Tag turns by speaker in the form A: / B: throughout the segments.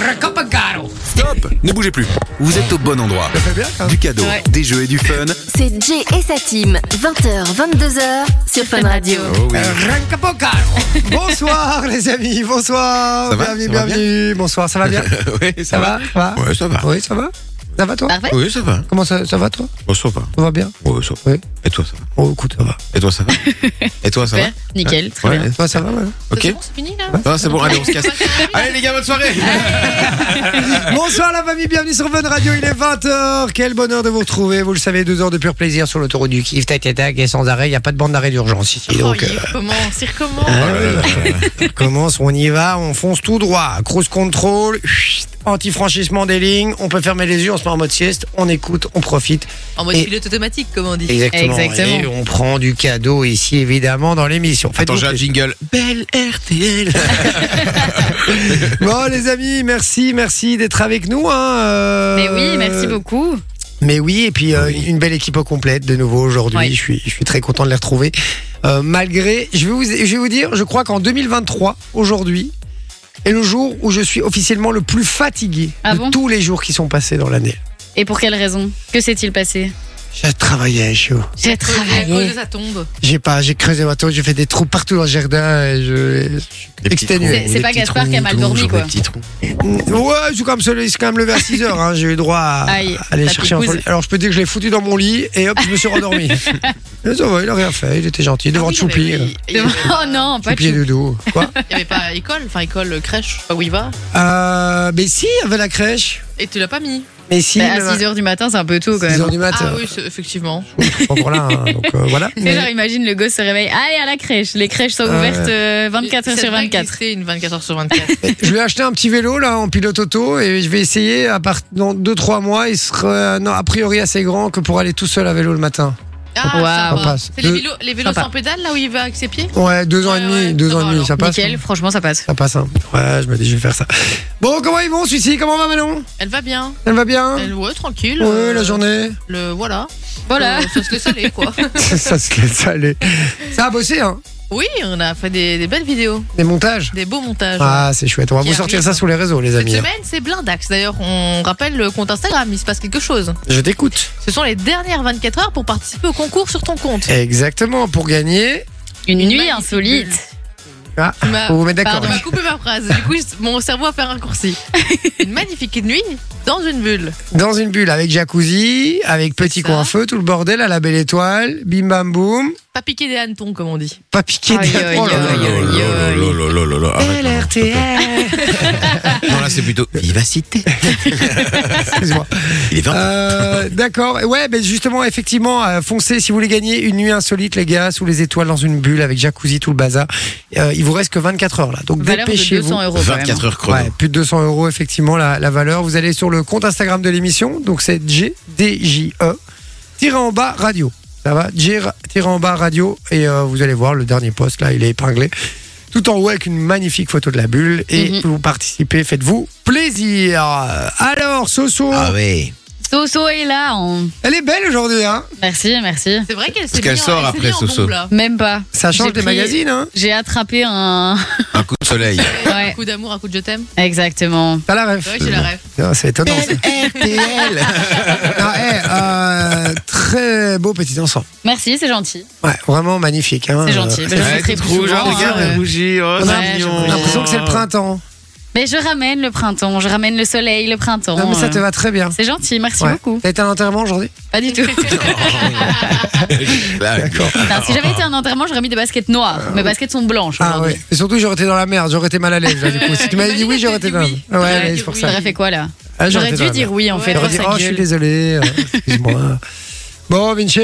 A: Recopagaro.
B: Stop Ne bougez plus. Vous êtes au bon endroit.
C: Ça fait bien, ça.
B: Du cadeau,
D: Ouais.
B: des jeux et du fun.
E: C'est Jay et sa team, 20h, 22h sur Fun Radio.
B: Oh oui.
A: Recopagaro.
C: Bonsoir les amis, bonsoir.
B: Ça va
C: bienvenue,
B: Ça va
C: bienvenue. Bonsoir, ça va bien
B: oui, ça,
C: Ça va Ça va
B: Ouais, ça va.
C: Oui, ça va Ça va toi
D: Parfait.
B: Oui, ça va.
C: Comment ça, ça va toi
B: Oh, ça va.
C: Tout va bien
B: Ouais, ça va.
C: Oui.
B: Et toi, ça va
C: Oh, écoute, ça va.
B: Et toi, ça va Et toi, ça va
D: Super. Nickel. Très
B: Ouais,
D: bien.
B: et
C: Toi,
B: toi,
C: ça va ouais.
B: Ok.
D: C'est bon, c'est fini là
B: Ah, c'est bon, allez, on se casse. allez, les gars, bonne soirée Euh.
C: Bonsoir la famille, bienvenue sur Fun Radio, il est 20h. Quel bonheur de vous retrouver. Vous le savez, deux heures de pur plaisir sur l'autoroute du kiff, tac, tac, tac, et sans arrêt, il n'y a pas de bande d'arrêt d'urgence ici.
D: Oh,
C: Donc,
D: il
C: euh, Hein
D: recommence, il recommence.
C: on commence, on y va, on fonce tout droit. Cruise control, chut, anti-franchissement des lignes, on peut fermer les yeux, on se met en mode sieste, on écoute, on profite.
F: En mode
C: Et-
F: pilote automatique, comme on dit.
C: Exactement.
D: Exactement.
C: Et on prend du cadeau ici, évidemment, dans l'émission. Faites-vous
B: Attends, j'ai un
C: plaisir.
B: jingle. Belle RTL
C: Bon, les amis, merci, merci d'être avec nous. hein, euh,
D: Mais oui, merci beaucoup.
C: Mais oui, et puis euh,
B: Oui.
C: une belle équipe au complète de nouveau aujourd'hui.
F: Ouais.
C: Je, suis, je suis très content de les retrouver. Euh, malgré, je vais, vous, je vais vous dire, je crois qu'en 2023, aujourd'hui, est le jour où je suis officiellement le plus fatigué
D: Ah
C: de
D: bon
C: tous les jours qui sont passés dans l'année.
D: Et pour quelle raison Que s'est-il passé
C: J'ai travaillé, je suis au-
D: J'ai
F: À cause de
D: travaillé.
F: sa tombe.
C: J'ai pas, j'ai creusé ma tour, j'ai fait des trous partout dans le jardin. et je, je suis
B: Des petits
C: exténué.
B: trous.
D: C'est- c'est
B: Des
D: pas
B: petits
D: Gaspard
B: trous,
D: qui a mal
B: toujours
D: dormi,
B: des
D: quoi.
B: petits trous.
C: Ouais, je suis quand même, seul- je suis quand même levé à 6 heures. hein. J'ai eu droit à
D: Aïe,
C: aller
F: t'as
C: chercher un
F: picousé.
C: folie. Alors je peux dire que je l'ai foutu dans mon lit et hop, je me suis rendormi. Mais ça va, il a rien fait, il était gentil devant
F: Ah oui,
C: Choupi.
F: mais
C: euh,
F: oui, Il n'y avait,
D: Oh non, pas
C: Choupi et
D: de
C: Doudou. Quoi
F: il y avait pas école, enfin école, crèche, je sais pas où il va.
C: euh, Mais si, il y avait la crèche.
F: Et tu l'as pas mis.
C: Mais si,
D: bah, à
C: le-
D: 6h du matin, c'est un peu tôt quand
C: 6
D: même.
C: heures du matin.
F: Ah oui, c'est- effectivement.
C: voilà, hein, donc euh, voilà.
D: Tu sais, genre,
C: Mais-
D: imagine le gosse se réveille. Allez, à la crèche. Les crèches sont
C: Ouais.
D: ouvertes euh, 24 h
F: C'est
D: sur
F: vrai
D: 24.
F: qu'exister une 24 heures sur 24.
C: Je lui ai acheté un petit vélo là en pilote auto et je vais essayer à part dans 2-3 mois. Il sera euh, non, a priori assez grand que pour aller tout seul à vélo le matin.
D: Wow.
F: Ah,
C: Ça
F: ça va.
C: passe.
F: C'est les
C: Deux-
F: vélos, les vélos
D: Sympa.
F: sans pédale là où il va avec ses pieds
C: Ouais, deux ans et
F: Ouais,
C: demi,
F: ouais,
C: deux
F: ça
C: ans
F: va
C: et demi,
F: alors.
C: ça passe. hein.
D: Nickel, franchement, ça passe.
C: Ça passe, hein. Ouais, je me dis, je vais faire ça. Bon, comment ils vont, celui-ci Comment va Manon
F: Elle va bien.
C: Elle va bien
F: Elle ouais, tranquille.
C: Hein Ouais,
F: Euh,
C: la journée.
F: Le voilà.
D: Voilà.
F: Euh, ça se laisse aller quoi.
C: ça se laisse aller. Ça a bossé, hein
F: Oui, on a fait des, des belles vidéos,
C: Des montages
F: des beaux montages.
C: Ah, c'est chouette. On va
F: Qui
C: vous sortir
F: arrive.
C: ça sous les réseaux, les
F: Cette
C: amis. hein.
F: semaine, c'est Blindax. D'ailleurs, on rappelle le compte Instagram, il se passe quelque chose.
C: Je t'écoute.
F: Ce sont les dernières 24 heures pour participer au concours sur ton compte.
C: Exactement, pour gagner.
D: Une
F: Une
D: nuit
F: magnifique bulle.
D: insolite.
C: Ah,
F: Tu m'as-
C: faut vous mettre d'accord.
F: Pardon, m'a coupé ma phrase. Du coup, je- mon cerveau a fait un raccourci. Une magnifique nuit dans une bulle.
C: Dans une bulle avec jacuzzi, avec petit
F: ça.
C: coin feu, tout le bordel à la belle étoile, bim bam boum,
F: Pas piquer des hannetons, comme on dit.
C: pas piqué
D: Aïe,
C: des-
D: aïe,
C: Oh là là.
D: aïe, aïe.
B: Oh Lolololololololol. Arrête,
C: Belle
B: Manon.
C: RTL.
B: Non, là, c'est plutôt vivacité.
C: Excuse-moi.
B: Il est 20
C: Euh, D'accord. Ouais, ben justement, effectivement, euh, foncez si vous voulez gagner une nuit insolite, les gars, sous les étoiles dans une bulle avec jacuzzi, tout le bazar. Euh, il vous reste que 24 heures là, donc
D: Valeur de
C: dépêchez-vous.
D: 200 euros. quand même.
B: 24 heures chrono.
C: Ouais, plus de 200 euros effectivement la, la valeur. Vous allez sur le compte Instagram de l'émission, donc c'est J D J E tiré en bas radio. Ça va, J tiré en bas radio et euh, vous allez voir le dernier post là, il est épinglé. Tout en haut avec une magnifique photo de la bulle et
D: Mhm.
C: vous participez, faites-vous plaisir. Alors Soso,
B: Ah ouais.
D: Soso est là. en-
C: elle est belle aujourd'hui hein.
D: Merci, merci.
F: C'est vrai qu'elle
B: Parce
F: s'est
B: qu'elle
F: mise en-
B: sort
F: elle s'est
B: après,
F: mise en
B: Soso.
F: bombe, là.
D: Même pas.
C: Ça change
D: J'ai
C: des
D: pris-
C: magazines hein.
D: J'ai attrapé un.
B: Un coup de soleil.
D: Ouais.
F: Un coup d'amour, un coup de je t'aime.
D: Exactement.
C: T'as la ref.
F: C'est vrai que j'ai la rêve.
C: Non, C'est étonnant. ça.
B: RTL.
C: Non, eh, euh, très beau petit ensemble.
D: Merci, c'est gentil.
C: Ouais, vraiment magnifique. hein.
D: C'est gentil.
C: Euh,
D: Mais je
B: Ouais,
D: le ferai
B: t'es
D: plus
B: rouge,
D: souvent,
B: hein, regarde,
D: euh,
B: elle rougit. Oh,
D: on a
B: c'est mignon.
C: J'ai l'impression que c'est le printemps.
D: Mais je ramène le printemps, je ramène le soleil, le printemps.
C: Non, mais ça te
D: euh,
C: va très bien.
D: C'est gentil, merci
C: Ouais.
D: beaucoup.
C: T'as été à l'enterrement aujourd'hui
D: Pas du tout.
B: Là,
D: Enfin, si j'avais été à un enterrement, j'aurais mis des baskets noires. Mes baskets sont blanches.
C: Euh, Ah
D: aujourd'hui.
C: ouais. Et surtout, j'aurais été dans la merde, j'aurais été mal à l'aise. là, du coup. Si tu m'avais dit oui, j'aurais été dans la
F: Imagine que
C: merde.
F: t'aurais
C: Ouais,
F: dit
C: c'est pour
F: oui.
C: ça.
D: T'aurais fait quoi là
C: Ah,
D: J'aurais
C: été
D: dû
C: dans la
D: dire
C: merde.
D: oui en
F: Ouais.
D: fait.
C: J'aurais
D: pour
C: dit,
D: sa
C: oh, je suis
D: gueule.
C: désolé. euh, Excuse-moi. Bon, Vinci.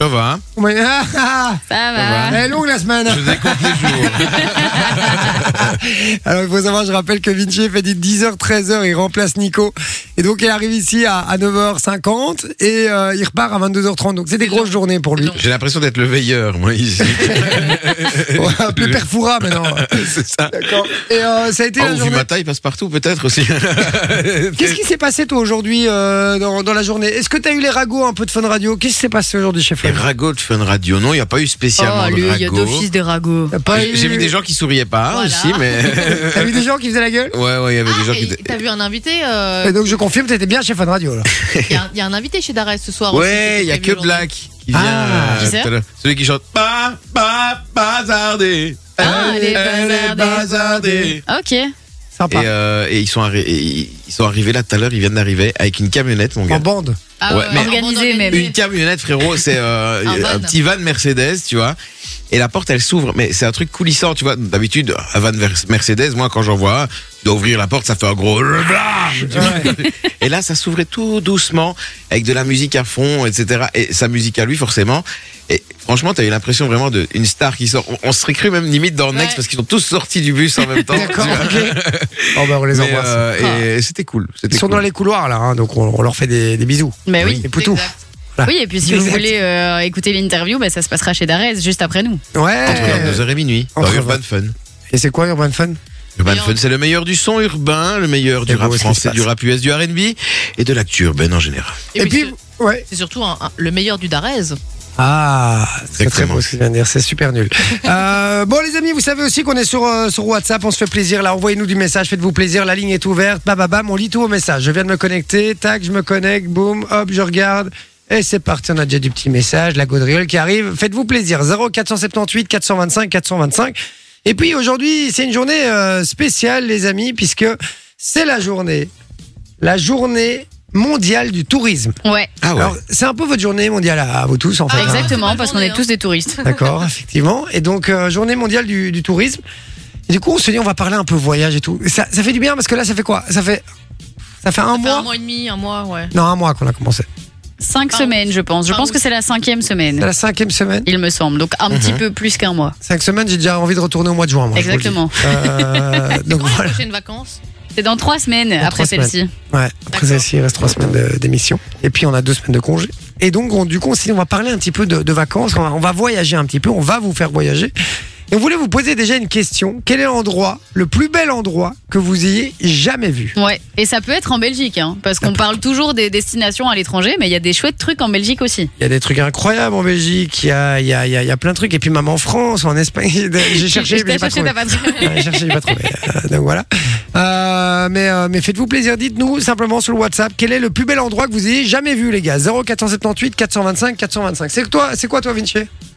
B: Ça va. hein
C: on m'a- Ah, ah,
D: Ça
C: ah,
D: va.
C: Elle est longue la semaine.
B: Je décompte les jours.
C: Alors, il faut savoir, je rappelle que Vinci fait des 10h, 13h, il remplace Nico. Et donc, il arrive ici à, 9h50 et euh, il repart à 22h30. Donc, c'est des
F: C'est
C: grosses journées pour lui.
F: long.
B: J'ai l'impression d'être le veilleur, moi, ici.
C: On va appeler Perfoura maintenant.
B: C'est ça.
C: D'accord. Et euh, ça a été
B: Oh,
C: la
B: vu
C: journée.
B: ma taille, passe partout, peut-être aussi.
C: Qu'est-ce qui s'est passé toi aujourd'hui euh, dans, dans la journée Est-ce que t'as eu les ragots un peu de fun radio Qu'est-ce qui s'est passé aujourd'hui chez Fun
B: les ragots de Fun Radio. Non, il n'y a pas eu spécialement
D: Oh,
B: de
D: lui, il y a
B: ragots.
D: deux fils des ragots.
C: T'as pas
B: J'ai j'ai
C: eu-
B: vu des gens qui souriaient pas hein,
D: Voilà.
B: aussi, mais.
C: T'as vu des gens qui faisaient la gueule
B: ouais, ouais, il y avait des gens
F: Ah,
B: qui.
F: et
B: étaient-
F: T'as vu un invité euh,
C: Et donc je confirme, t'étais bien chez Fun Radio là.
F: Il y, a un- il y a un invité chez Darès ce soir.
B: Ouais,
F: aussi,
B: il y a
F: qui
B: que
F: était prévu aujourd'hui.
B: Black qui vient.
C: Ah.
B: euh,
D: Qui c'est
B: tout à l'heure. Celui qui chante. Pas, pas, bazardé.
D: Ah, elle est
B: bazardée.
D: Ok.
B: Et,
C: Sympa.
B: euh, et ils, sont arri- et ils ils sont arrivés là tout à l'heure, ils viennent d'arriver avec une camionnette, mon
C: En
B: gars.
C: bande.
F: Ah
B: Ouais, mais-
D: Organisé,
F: en bande
D: même.
B: Une camionnette, frérot, c'est euh,
F: Un
B: un
F: van.
B: petit van Mercedes, tu vois. Et la porte, elle s'ouvre, mais c'est un truc coulissant, tu vois. D'habitude, un van vers- Mercedes, moi, quand j'en vois un, tu dois ouvrir la porte, ça fait un gros. Et là, ça s'ouvrait tout doucement, avec de la musique à fond, etc. Et sa musique à lui, forcément. Et franchement, t'as eu l'impression vraiment d'une star qui sort. On, on serait cru même limite dans Next
F: Ouais.
B: parce qu'ils sont tous sortis du bus en même temps.
C: D'accord.
B: tu vois.
C: ok. Oh bah on les
B: Mais,
C: embrasse.
B: euh, et c'était cool. c'était
C: Ils sont
B: cool.
C: dans les couloirs là, hein, donc on, on leur fait des, des bisous.
D: Mais oui.
C: Et poutou.
F: Exact.
C: Voilà.
D: Oui, et puis si vous
C: Exact.
D: voulez euh, écouter l'interview, bah, ça se passera chez Darès, juste après nous.
C: Ouais.
B: Entre 22h et minuit, dans
C: Entre
B: Urban Fun.
C: Et c'est quoi Urban Fun
B: Urban
F: Et on-
B: Fun, c'est le meilleur du son urbain, le meilleur du
C: Et
B: rap
C: beau, ce qui se
B: français, du
C: passe.
B: rap US, du RB et de l'actu urbaine en général.
F: Et, puis, c'est-
C: ouais.
F: c'est surtout un- un- le meilleur du Darès.
C: Ah, c'est très
B: Exactement.
C: beau ce que je viens de dire, c'est super nul. Euh, bon les amis, vous savez aussi qu'on est sur, euh, sur WhatsApp, on se fait plaisir là, envoyez-nous du message, faites-vous plaisir, la ligne est ouverte, bam bam bam, on lit tout au message. Je viens de me connecter, tac, je me connecte, boum, hop, je regarde. Et c'est parti, on a déjà du petit message, la gaudriole qui arrive. Faites-vous plaisir, 0478 425 425. Et puis aujourd'hui, c'est une journée euh, spéciale les amis, puisque c'est la journée, la journée mondiale du tourisme.
D: Ouais,
B: Ah ouais.
C: Alors c'est un peu votre journée mondiale à, à vous tous en fait.
F: Ah,
C: hein.
D: exactement,
F: c'est
D: parce
F: pas hein.
D: qu'on
F: le
D: est tous des touristes.
C: D'accord, effectivement. Et donc, euh, journée mondiale du, du tourisme. Et du coup, on se dit, on va parler un peu voyage et tout. Et ça, ça fait du bien parce que là, ça fait quoi Ça fait, ça fait un
F: Ça fait
C: mois
F: un mois et demi, un mois, ouais.
C: Non, un mois qu'on a commencé.
D: Cinq
F: Fin
D: semaines, je pense. Je
F: Fin
D: pense que
F: août.
D: c'est la cinquième
C: C'est
D: semaine,
C: la cinquième semaine.
D: il me semble. Donc un petit peu plus qu'un mois.
C: Cinq semaines, j'ai déjà envie de retourner au mois de juin. moi, je vous le dis.
D: Exactement.
C: Euh, donc
F: Quand les
C: voilà.
F: prochaines vacances
D: C'est dans trois semaines après
C: trois
D: celle-ci.
C: Ouais. Après,
F: D'accord.
C: celle-ci, il reste trois semaines de- d'émission. Et puis, on a deux semaines de congé. Et donc, on- du coup, on s'est dit, on va parler un petit peu de, de vacances. On va, on va voyager un petit peu. On va vous faire voyager. Et on voulait vous poser déjà une question. Quel est l'endroit, le plus bel endroit que vous ayez jamais vu
D: Ouais. Et ça peut être en Belgique, hein, parce qu'on parle toujours des destinations à l'étranger, mais il y a des chouettes trucs en Belgique aussi.
C: Il y a des trucs incroyables en Belgique, il y a, il y, a, il y, a, il y a plein de trucs. Et puis même en France, en Espagne, j'ai cherché,
D: Je
C: mais
D: t'ai
C: j'ai pas trouvé.
D: cherché, t'as pas trouvé.
C: Ouais, J'ai cherché, j'ai pas trouvé. Euh, donc voilà. Euh, mais euh, mais faites-vous plaisir, dites-nous simplement sur le WhatsApp quel est le plus bel endroit que vous ayez jamais vu, les gars. 0478 425 425. C'est toi, c'est quoi toi, Vinci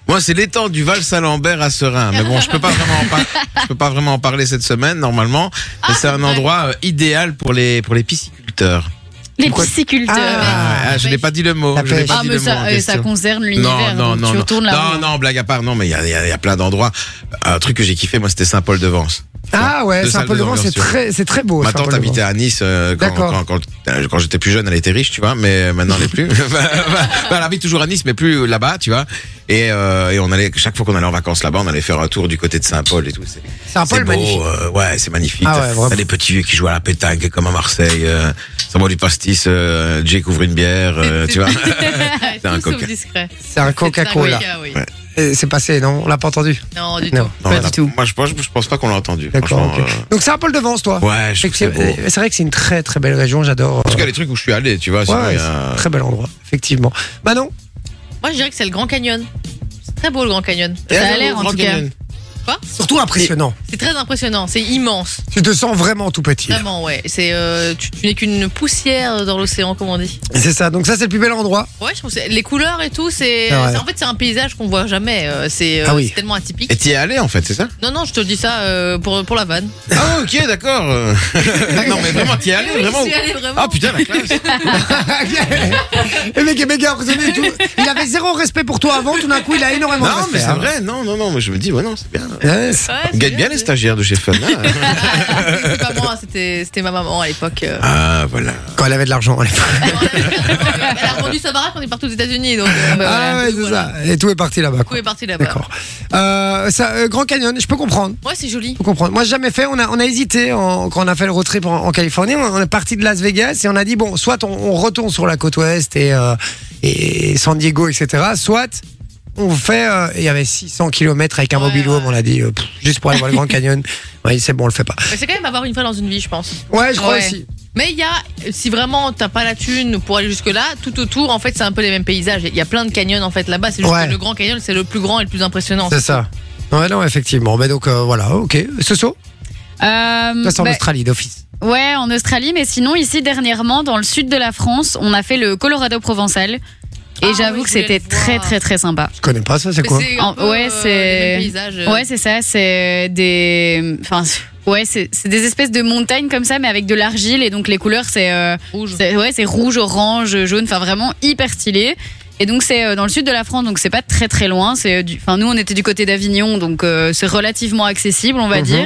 B: Moi, c'est l'étang du Val Saint-Lambert à Serein. Mais bon, je peux pas vraiment en, par- je peux pas vraiment en parler cette semaine normalement.
D: Ah,
B: Mais c'est un
F: ouais.
B: endroit euh, idéal pour les pour les pisciculteurs.
D: Les
C: Pourquoi-
D: pisciculteurs.
B: Ah, je n'ai pas dit le mot.
C: La
B: Je n'ai
C: pêche.
B: pas
D: bah, Ah,
B: dit
D: mais
B: le mot en
D: ça, euh, ça
B: question.
D: concerne
B: Non,
D: l'univers.
B: non,
D: donc
B: non.
D: Tu
B: Non,
D: retournes là-haut.
B: non, non, blague à part. Non, mais il y a, il y a- il y a plein d'endroits. Euh, Un truc que j'ai kiffé, moi, c'était Saint-Paul-de-Vence.
C: Ah ouais,
B: Deux
C: c'est un
B: salles
C: peu
B: de
C: devant,
B: danse,
C: c'est
B: bien sûr.
C: très, c'est très beau.
B: Ma
C: c'est un peu
B: tante
C: le
B: habitait
C: vent.
B: à Nice euh, quand,
C: D'accord.
B: quand, quand, euh, quand j'étais plus jeune, elle était riche, tu vois, mais euh, maintenant elle est plus. Bah, bah, elle habite toujours à Nice, mais plus là-bas, tu vois. Et, euh, et on allait chaque fois qu'on allait en vacances là-bas, on allait faire un tour du côté de Saint-Paul et tout. C'est
C: C'est un peu
B: c'est
C: le
B: beau,
C: magnifique.
B: euh, ouais, c'est magnifique.
C: Ah ouais, vraiment.
B: T'as des petits vieux qui jouent à la pétanque comme à Marseille. Euh, ça boit du pastis. Euh, Jake ouvre une bière, euh, tu vois.
F: C'est
B: un
F: un
B: coca.
F: discret.
C: C'est un Coca-Cola.
F: C'est un coca, oui.
B: Ouais.
C: Et C'est passé, non On l'a pas entendu.
F: Non, du
C: Non.
F: tout.
B: Non,
D: Pas
B: elle
D: du
B: a-
D: tout.
B: Moi, je pense, je pense pas qu'on l'a entendu.
C: D'accord.
B: franchement,
C: ok. Donc c'est un peu le devant, toi.
B: euh, ouais, je
C: C'est
B: trouve que c'est beau.
C: c'est vrai que c'est une très très belle région, j'adore.
B: En tout
C: euh,
B: cas, les trucs où je suis allé, tu vois. sinon,
C: Ouais,
B: il y
C: c'est
B: a-
C: un très bel endroit, effectivement. Manon
F: Moi, je dirais que c'est le Grand Canyon. C'est très beau le Grand Canyon.
D: Ça a l'air, en
B: Grand
D: tout cas.
B: Canyon.
C: Surtout impressionnant.
F: C'est très impressionnant, c'est immense.
C: Tu te sens vraiment tout petit.
F: Vraiment, ouais. C'est, euh, tu, tu n'es qu'une poussière dans l'océan, comme on dit.
C: C'est ça, donc ça c'est le plus bel endroit.
F: Ouais, je trouve que c'est- les couleurs et tout, c'est.
C: Ah ouais.
F: c'est- En fait, c'est un paysage qu'on voit jamais. euh, C'est euh,
C: Ah oui.
F: c'est tellement atypique.
B: Et t'y es allé en fait, c'est ça
F: Non, non, je te dis ça euh, pour, pour la vanne.
B: Ah ok d'accord. Euh, non mais vraiment t'y es allé
F: Oui, oui,
B: vraiment.
F: j'y suis allée, vraiment.
B: Ah putain la classe.
C: le mec est méga impressionné et tout. Il avait zéro respect pour toi avant, tout d'un coup il a énormément de
B: non
C: respect.
B: mais c'est
C: hein.
B: vrai non non non mais je me dis ouais non c'est bien.
C: Yes.
F: Ouais,
B: On
F: c'est Ah,
B: gagne bien les
F: c'est-
B: stagiaires de chez Fun. hein.
F: C'était pas moi, c'était c'était ma maman à l'époque. euh.
B: ah voilà.
C: Quand elle avait de l'argent à l'époque.
F: Elle a vendu sa baraque, on est parti aux États-Unis. Donc, euh,
C: Ah
F: voilà.
C: ouais,
F: Donc,
C: c'est
F: voilà.
C: ça. Et tout est parti là-bas.
F: Tout
C: quoi.
F: est parti là-bas.
C: D'accord. Euh, ça, euh, Grand Canyon, je peux comprendre.
F: Ouais, c'est joli.
C: Je peux comprendre. Moi, j'ai jamais fait. On a, on a hésité en- quand on a fait le road trip en, en Californie. On, on est parti de Las Vegas et on a dit bon, soit on, on retourne sur la côte ouest et, euh, et San Diego, etc. Soit on fait. euh, Il y avait 600 km avec un
F: Ouais,
C: mobile home.
F: ouais.
C: On a dit euh, pff, juste pour aller voir le Grand Canyon. Ouais, c'est bon, on le fait pas.
F: Mais c'est quand même avoir une fois dans une vie, je pense.
C: Ouais, je crois
D: Ouais.
C: aussi.
F: Mais il y a, si vraiment t'as pas la thune pour aller jusque-là, tout autour, en fait, c'est un peu les mêmes paysages. Il y a plein de canyons, en fait, là-bas. C'est juste
C: Ouais.
F: que le Grand Canyon, c'est le plus grand et le plus impressionnant.
C: C'est ça. Ouais, non, effectivement. Mais donc, euh, voilà, ok. Soso,
D: Euh,
C: ça c'est en
D: bah,
C: Australie d'office.
D: ouais, en Australie, mais sinon ici dernièrement, dans le sud de la France, on a fait le Colorado provençal.
F: Ah
D: Et j'avoue
F: oui,
D: que
F: je voulais
D: c'était
F: le
D: très
F: voir.
D: très très sympa.
C: Je connais pas ça, c'est
F: Mais
C: quoi
F: c'est un
D: En-
F: peu,
D: ouais,
F: euh,
D: c'est-
F: les mêmes paysages. euh.
D: Ouais, c'est ça, c'est euh, des. Enfin, c'est- ouais, c'est c'est des espèces de montagnes comme ça, mais avec de l'argile. Et donc, les couleurs, c'est. euh,
F: Rouge.
D: c'est- ouais, c'est rouge, orange, jaune, enfin vraiment hyper stylé. Et donc, c'est euh, dans le sud de la France, donc c'est pas très très loin. C'est, euh, du- Enfin, nous, on était du côté d'Avignon, donc euh, c'est relativement accessible, on va
C: Mhm.
D: dire.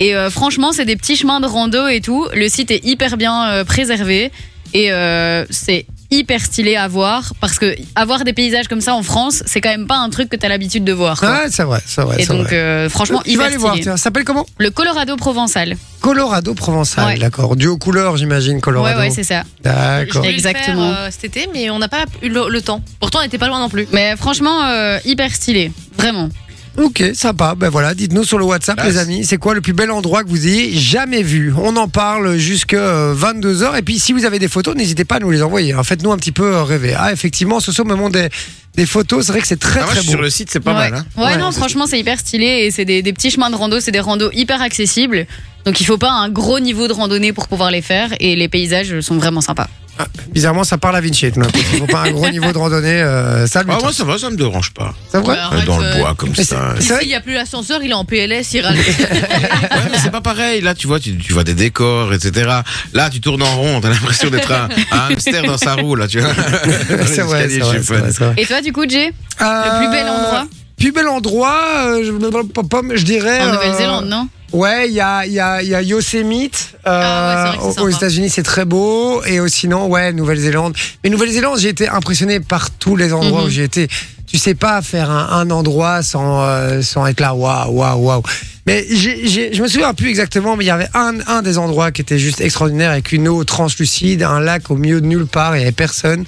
D: Et euh, franchement, c'est des petits chemins de rando et tout. Le site est hyper bien euh, préservé. Et euh, c'est hyper stylé à voir parce que avoir des paysages comme ça en France, c'est quand même pas un truc que t'as l'habitude de voir. quoi.
C: Ouais, Ah, c'est vrai, c'est
B: Ah,
C: vrai.
D: Et
C: c'est
D: donc,
C: vrai.
D: euh, franchement,
C: Tu vas
D: hyper
C: aller voir,
D: stylé.
C: tiens. Ça s'appelle comment
D: Le Colorado provençal.
C: Colorado Provençal,
D: Ouais.
C: d'accord. Dû aux couleurs, j'imagine, Colorado.
D: Ouais, ouais, c'est ça.
F: Je
C: d'accord.
F: voulais le faire,
D: Exactement.
F: euh, cet été, mais on n'a pas eu le, le temps. Pourtant, on n'était pas loin non plus.
D: Mais franchement, euh, hyper stylé. Vraiment.
C: Ok, sympa. Ben voilà, dites-nous sur le WhatsApp,
B: Classe.
C: les amis, c'est quoi le plus bel endroit que vous ayez jamais vu On en parle jusqu'à 22h. Et puis, si vous avez des photos, n'hésitez pas à nous les envoyer. hein. Faites-nous un petit peu euh, rêver. Ah, effectivement, ce sont moment des, des photos. C'est vrai que c'est très,
B: Ah, moi, je
C: très
B: suis
C: beau.
B: sur le site, c'est pas
D: ouais.
B: mal. hein.
D: Ouais,
C: Ouais,
D: non,
C: c'est-
D: franchement, c'est hyper stylé et c'est des, des petits chemins de rando, c'est des randos hyper accessibles. Donc il faut pas un gros niveau de randonnée pour pouvoir les faire et les paysages sont vraiment sympas.
C: Ah, bizarrement, ça parle à Vinci. tout d'un coup. Il faut pas un gros niveau de randonnée. euh, ça, lui,
B: Ah, moi, ça va, ça me dérange pas.
C: c'est vrai
F: Bah,
B: Dans
F: Arrête,
B: le
F: euh,
B: bois, comme
C: mais
B: ça.
C: C'est
F: Ici,
C: vrai
F: il n'y a plus l'ascenseur, il est en PLS, il râle.
B: Ouais, mais c'est pas pareil. Là, tu vois, tu, tu vois des décors, etc. Là, tu tournes en rond. T'as l'impression d'être un, un hamster dans sa roue, là, tu vois.
C: C'est vrai, c'est vrai, c'est vrai, c'est vrai.
D: Et toi, du coup, Jay
C: Euh,
D: plus bel endroit
C: Plus bel endroit, euh, je, pom, pom, je dirais.
D: En
C: euh,
D: Nouvelle-Zélande, non
C: Ouais, il y a, il y, a, il y a Yosemite. euh,
F: Ah ouais, c'est vrai que c'est
C: aux-
F: sympa.
C: aux États-Unis, c'est très beau. Et aussi, non, ouais, Nouvelle-Zélande. Mais Nouvelle-Zélande, j'ai été impressionné par tous les endroits
D: Mhm.
C: où j'ai été. Tu sais pas faire un, un endroit sans, euh, sans être là, waouh, waouh, waouh. Mais j'ai- j'ai- je me souviens plus exactement, mais il y avait un, un des endroits qui était juste extraordinaire avec une eau translucide, un lac au milieu de nulle part, il n'y avait personne.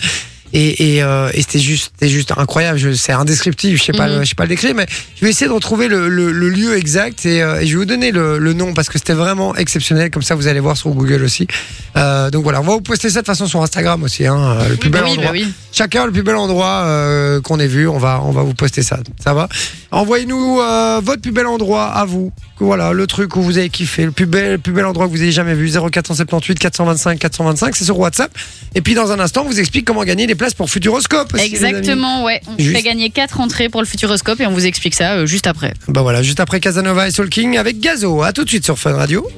C: Et, et, euh, et c'était juste, c'était juste incroyable. Je- C'est indescriptible. Je sais pas,
D: Mhm.
C: le- je sais pas le décrire, mais je vais essayer de retrouver le, le- le lieu exact et, euh, et je vais vous donner le, le nom parce que c'était vraiment exceptionnel. Comme ça, vous allez voir sur Google aussi. Euh, donc voilà, on va vous poster ça de toute façon sur Instagram aussi. Hein, euh, le plus bel
D: Bah oui,
C: endroit.
D: bah oui.
C: Chacun le plus bel endroit euh, qu'on ait vu. On va, on va vous poster ça. Ça va. Envoyez-nous euh, votre plus bel endroit à vous. Voilà, le truc où vous avez kiffé, le plus bel, le plus bel endroit que vous ayez jamais vu. 0478 425 425, c'est sur WhatsApp. Et puis dans un instant, on vous explique comment gagner les places pour Futuroscope. aussi, les amis.
D: Exactement, ouais. On
C: Juste-
D: fait gagner 4 entrées pour le Futuroscope et on vous explique ça euh, juste après.
C: Bah voilà, juste après Casanova et Soul King avec Gazo. À tout de suite sur Fun Radio.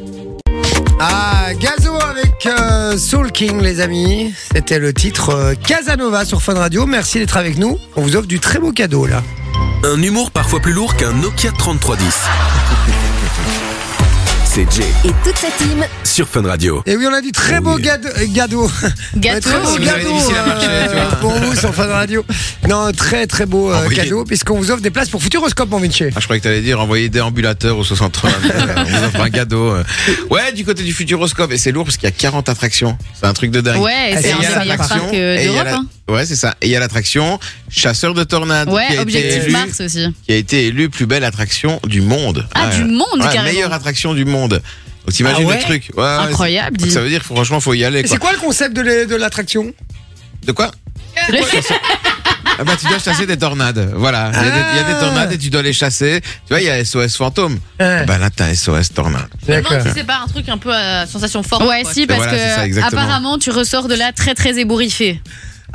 C: Ah, Gazo avec euh, Soul King, les amis. C'était le titre euh, Casanova sur Fun Radio. Merci d'être avec nous. On vous offre du très beau cadeau là.
G: Un humour parfois plus lourd qu'un Nokia 3310. C'est Jay
E: Et toute sa team.
G: sur Fun Radio.
C: Et oui, on a du très
G: Oh
C: beau
G: yeah.
C: gado- euh, gado. Un
D: Gâteau
C: très beau
B: Si vous avez
C: cadeau
B: des missiles à marcher,
C: euh,
B: tu vois.
C: pour vous sur Fun Radio. Non, un très très beau euh,
B: Envoyez.
C: cadeau puisqu'on vous offre des places pour Futuroscope, mon Vinci.
B: Ah, je croyais que t'allais dire envoyer des ambulateurs au 63. euh, on vous offre un cadeau. euh. Ouais, du côté du Futuroscope. Et c'est lourd parce qu'il y a 40 attractions. C'est un truc de dingue.
D: Ouais,
C: Ah,
D: c'est
B: Bah, Et
D: un
B: il y a
D: des meilleurs
B: l'attraction-
D: parcs
B: et
D: euh,
B: il y a
D: d'Europe.
B: la-
D: hein.
B: Ouais, c'est ça. Et il y a l'attraction Chasseur de tornades. qui
D: Ouais,
B: a été
D: Objectif
B: élu-
D: Mars aussi.
B: qui a été élue plus belle attraction du monde.
D: Ah, du monde,
B: Ouais,
D: carrément.
B: meilleure attraction du monde. Donc t'imagines
C: Ah ouais
B: le truc. Ouais, ouais,
D: Incroyable,
B: c'est-
D: dis.
B: Ça veut dire franchement faut y aller
C: Et
B: quoi.
C: C'est quoi le concept de l'é- de l'attraction
B: De quoi Ah bah tu dois chasser des tornades. Voilà, il y, a des- il y a des tornades et tu dois les chasser. Tu vois, il y a SOS fantôme.
C: Hein,
B: Ah Bah là t'as SOS tornade.
F: Je me demande
C: D'accord.
F: si c'est pas un truc un peu à sensation forte.
D: Ouais,
F: quoi.
D: si, parce
B: voilà, c'est ça,
D: que
B: exactement.
D: apparemment, tu ressors de là très très ébouriffé.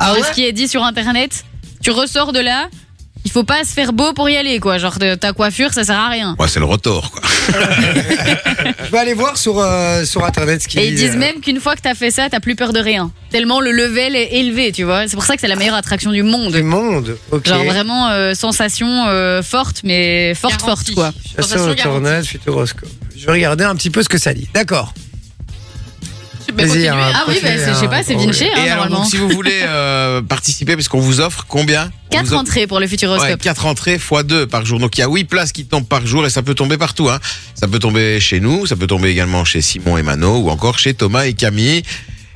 C: Ah
D: De
C: ouais
D: ce qui est dit sur internet, tu ressors de là, il faut pas se faire beau pour y aller, quoi. Genre, de- ta coiffure, ça sert à rien.
B: Ouais, c'est le rotor quoi.
C: Je vais aller voir sur, euh, sur internet ce qu'ils
D: Et ils disent
C: euh,
D: même qu'une fois que t'as fait ça, t'as plus peur de rien. Tellement le level est élevé, tu vois. C'est pour ça que c'est la meilleure attraction du
C: du
D: monde.
C: monde. Ok.
D: Genre vraiment euh, sensation euh, forte, mais forte,
F: Garantie.
D: forte, quoi.
C: Chasseur
F: Sensation
C: de
F: garantie.
C: tornades, futuroscope. Je vais regarder un petit peu ce que ça dit. D'accord.
F: Mais
C: Vas-y,
F: continuez.
C: hein,
D: Ah oui, bah,
C: continuez,
D: c'est- je sais
C: hein,
D: pas, c'est
C: continuez.
D: Vinci, hein,
B: euh, oh, Et alors
D: normalement.
B: donc si vous voulez euh, participer parce qu'on vous offre combien On
D: 4
B: vous offre-
D: entrées pour le Futuroscope.
B: Ouais, 4 entrées fois 2 par jour. Donc il y a 8 places qui tombent par jour et ça peut tomber partout. Hein. Ça peut tomber chez nous, ça peut tomber également chez Simon et Mano ou encore chez Thomas et Camille.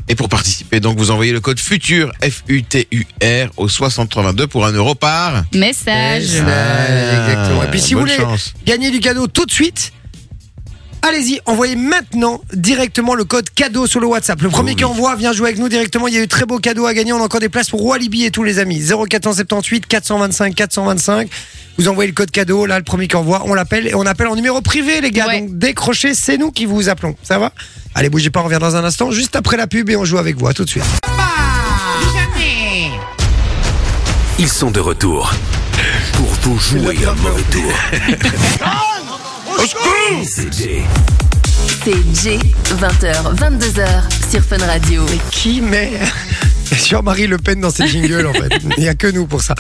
B: Et pour participer, donc vous envoyez le code FUTUR, F-U-T-U-R, au 6322 pour un euro par.
D: Message.
C: Message. exactement. Et puis si vous
B: Ah, bonne
C: voulez
B: chance.
C: Gagnez du cadeau tout de suite. Allez-y, envoyez maintenant directement le code cadeau sur le WhatsApp. Le premier
B: oui.
C: qui envoie vient jouer avec nous directement. Il y a eu très beau cadeau à gagner. On a encore des places pour Walibi et tous les amis. 0478 425 425. Vous envoyez le code cadeau. Là, le premier qui envoie, on l'appelle et on appelle en numéro privé, les gars.
D: Ouais.
C: Donc décrochez, c'est nous qui vous appelons. Ça va Allez, bougez pas, on revient dans un instant, juste après la pub et on joue avec vous. À tout de suite.
G: Ils sont de retour pour vous jouer un mauvais tour. C'est Jay.
E: C'est J, 20h, 22h sur Fun Radio.
C: qui met Jean-Marie Le Pen dans ses jingles en fait. Il n'y a que nous pour ça.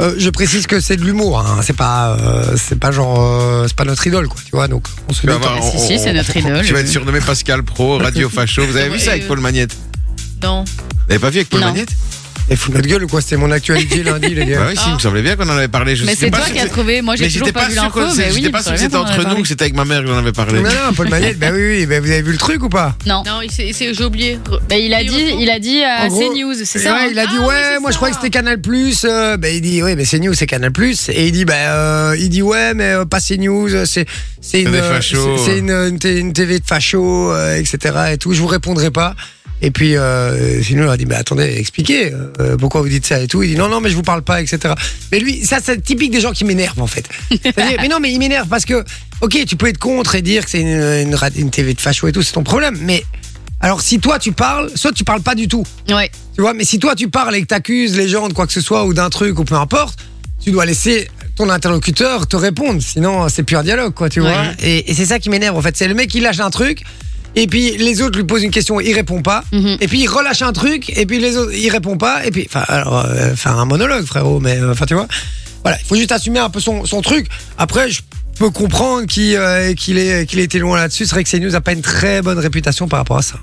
C: Euh, je précise que c'est de l'humour, hein. c'est pas, euh, c'est pas genre, euh, c'est pas notre idole quoi, tu vois. Donc on se
B: Tu vas
C: détend.
B: voir,
D: Si, si, c'est notre idole.
B: Tu vas être surnommé Pascal Pro, Radio Facho. Vous avez vu ça avec Paul Magnette
F: Non.
B: Vous n'avez pas vu avec Paul
D: Non.
B: Magnette
C: Et fous de notre gueule ou quoi C'était mon actualité lundi les
B: Bah
C: gars.
B: oui, si, il me semblait bien qu'on en avait parlé. Je
D: Mais
B: sais
D: c'est
B: pas
D: toi
B: si
D: qui as
B: c'est-
D: trouvé. Moi, j'ai
B: Mais
D: toujours
B: j'étais
D: pas
B: pas
D: vu
B: sûr
D: l'info.
B: que
D: mais oui,
B: j'étais
D: il me
B: pas sûr que
D: semblait
B: c'était
D: bien qu'on en
B: entre
D: avait
B: nous, que
D: parlé.
B: c'était avec ma mère qu'on en avait parlé.
C: Non, non, Paul Magnette, ben oui, oui, ben vous avez vu le truc ou pas
D: Non.
F: Non, il s'est- il s'est- j'ai oublié. Re-
D: Bah, il a dit, il a dit
C: En
D: à
C: gros,
D: CNews, c'est ça.
C: Ouais,
D: hein
C: il a dit ouais,
F: Ah oui, c'est
C: moi je
F: ça.
C: croyais que c'était Canal Plus. ben il dit ouais, mais c'est News, c'est Canal Plus. Et il dit ben euh, il dit ouais, mais euh, pas c'est News, c'est c'est une
B: des
C: euh,
B: fachos.
C: c'est c'est une, une t- une TV de facho, euh, etc. Et tout. Je vous répondrai pas. Et puis euh, sinon on leur dit ben attendez, expliquez euh, pourquoi vous dites ça et tout. Il dit non non, mais je vous parle pas, etc. Mais lui, ça c'est typique des gens qui m'énervent en fait. C'est-à-dire, mais non, mais il m'énerve parce que ok, tu peux être contre et dire que c'est une, une ra- une TV de facho et tout, c'est ton problème. Mais alors si toi tu parles, soit tu parles pas du tout.
D: Ouais.
C: Tu vois, mais si toi tu parles et que t'accuses les gens de quoi que ce soit ou d'un truc ou peu importe, tu dois laisser ton interlocuteur te répondre, sinon euh, c'est plus un dialogue, quoi, tu vois.
D: Ouais.
C: Et, et c'est ça qui m'énerve en fait. C'est le mec qui lâche un truc. Et puis les autres lui posent une question, il répond pas.
D: Mhm.
C: Et puis il relâche un truc, et puis les autres, il répond pas. Et puis, enfin, alors, euh, faire un monologue, frérot, mais euh, enfin, tu vois. Voilà, il faut juste assumer un peu son, son truc. Après, je peux comprendre qu'il euh, qu'il ait- qu'il ait été loin là-dessus. C'est vrai que CNews a pas une très bonne réputation par rapport à ça.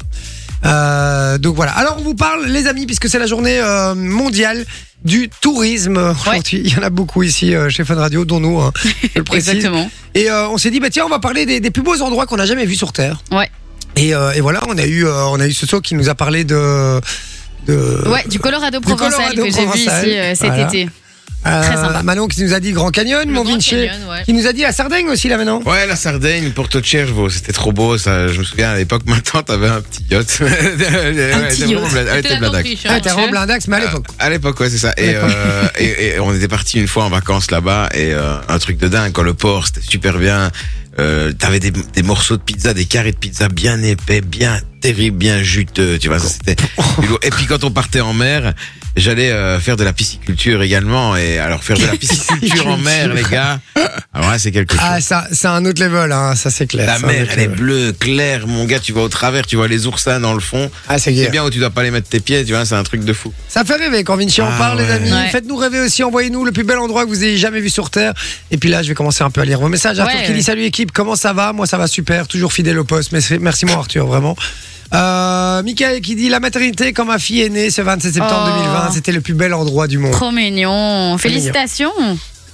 C: Euh, donc voilà. Alors on vous parle, les amis, puisque c'est la journée euh, mondiale du tourisme euh, aujourd'hui. Il y en a beaucoup ici euh, chez Fun Radio, dont nous, hein, je le précise.
D: Exactement.
C: Et euh, on s'est dit, bah tiens, on va parler des, des plus beaux endroits qu'on n'a jamais vus sur Terre.
D: Ouais.
C: Et, euh, et voilà, on a eu, euh, on a eu Soso qui nous a parlé de. de
D: Ouais, du Colorado
C: Euh, Du
D: provençal
C: Colorado
D: que j'ai vu ici
C: provençal.
D: euh, cet
C: Voilà.
D: été.
C: euh,
D: très sympa.
C: Manon qui nous a dit Grand Canyon,
F: Le
C: mon
F: Grand
C: Vinci.
F: Canyon, ouais.
C: Qui nous a dit la Sardaigne aussi, là maintenant.
B: Ouais, la Sardaigne, Porto Cervo, c'était trop beau, ça. Je me souviens, à l'époque, ma tante avait un petit yacht. un
D: petit yacht.
B: Elle était
F: C'était la
B: bladac.
F: Dante, hein.
C: Ah, t'es vraiment blindax, mais à l'époque.
B: À l'époque, ouais, c'est ça. Et, euh, et, et on était parti une fois en vacances là-bas et euh, un truc de dingue. Quand le port, c'était super bien. Euh, T'avais des, des morceaux de pizza, des carrés de pizza bien épais, bien terribles, bien juteux. Tu vois, ça, c'était. du lourd. Et puis quand on partait en mer, j'allais euh, faire de la pisciculture également. Et alors faire de la pisciculture en mer, les gars. Alors là, c'est quelque chose.
C: Ah, ça, c'est un autre level, hein, ça c'est clair.
B: La
C: c'est un
B: mer,
C: autre
B: elle est
C: level.
B: bleue, claire, mon gars. Tu vois au travers, tu vois les oursins dans le fond.
C: Ah, c'est
B: C'est
C: clair.
B: bien où tu dois pas les mettre tes pieds. Tu vois, c'est un truc de fou.
C: Ça fait rêver quand Vinci en
B: Ah
C: parle, les
B: ouais.
C: amis.
D: Ouais.
C: Faites-nous rêver aussi. Envoyez-nous le plus bel endroit que vous ayez jamais vu sur Terre. Et puis là, je vais commencer un peu à lire vos messages. Arthur
D: Ouais.
C: qui dit Salut équipe, comment ça va Moi, ça va super. Toujours fidèle au poste. Merci, merci mon Arthur, vraiment. Euh, Michael qui dit La maternité, quand ma fille est née ce 27 septembre
D: Oh.
C: 2020, c'était le plus bel endroit du monde.
D: Trop mignon. Félicitations.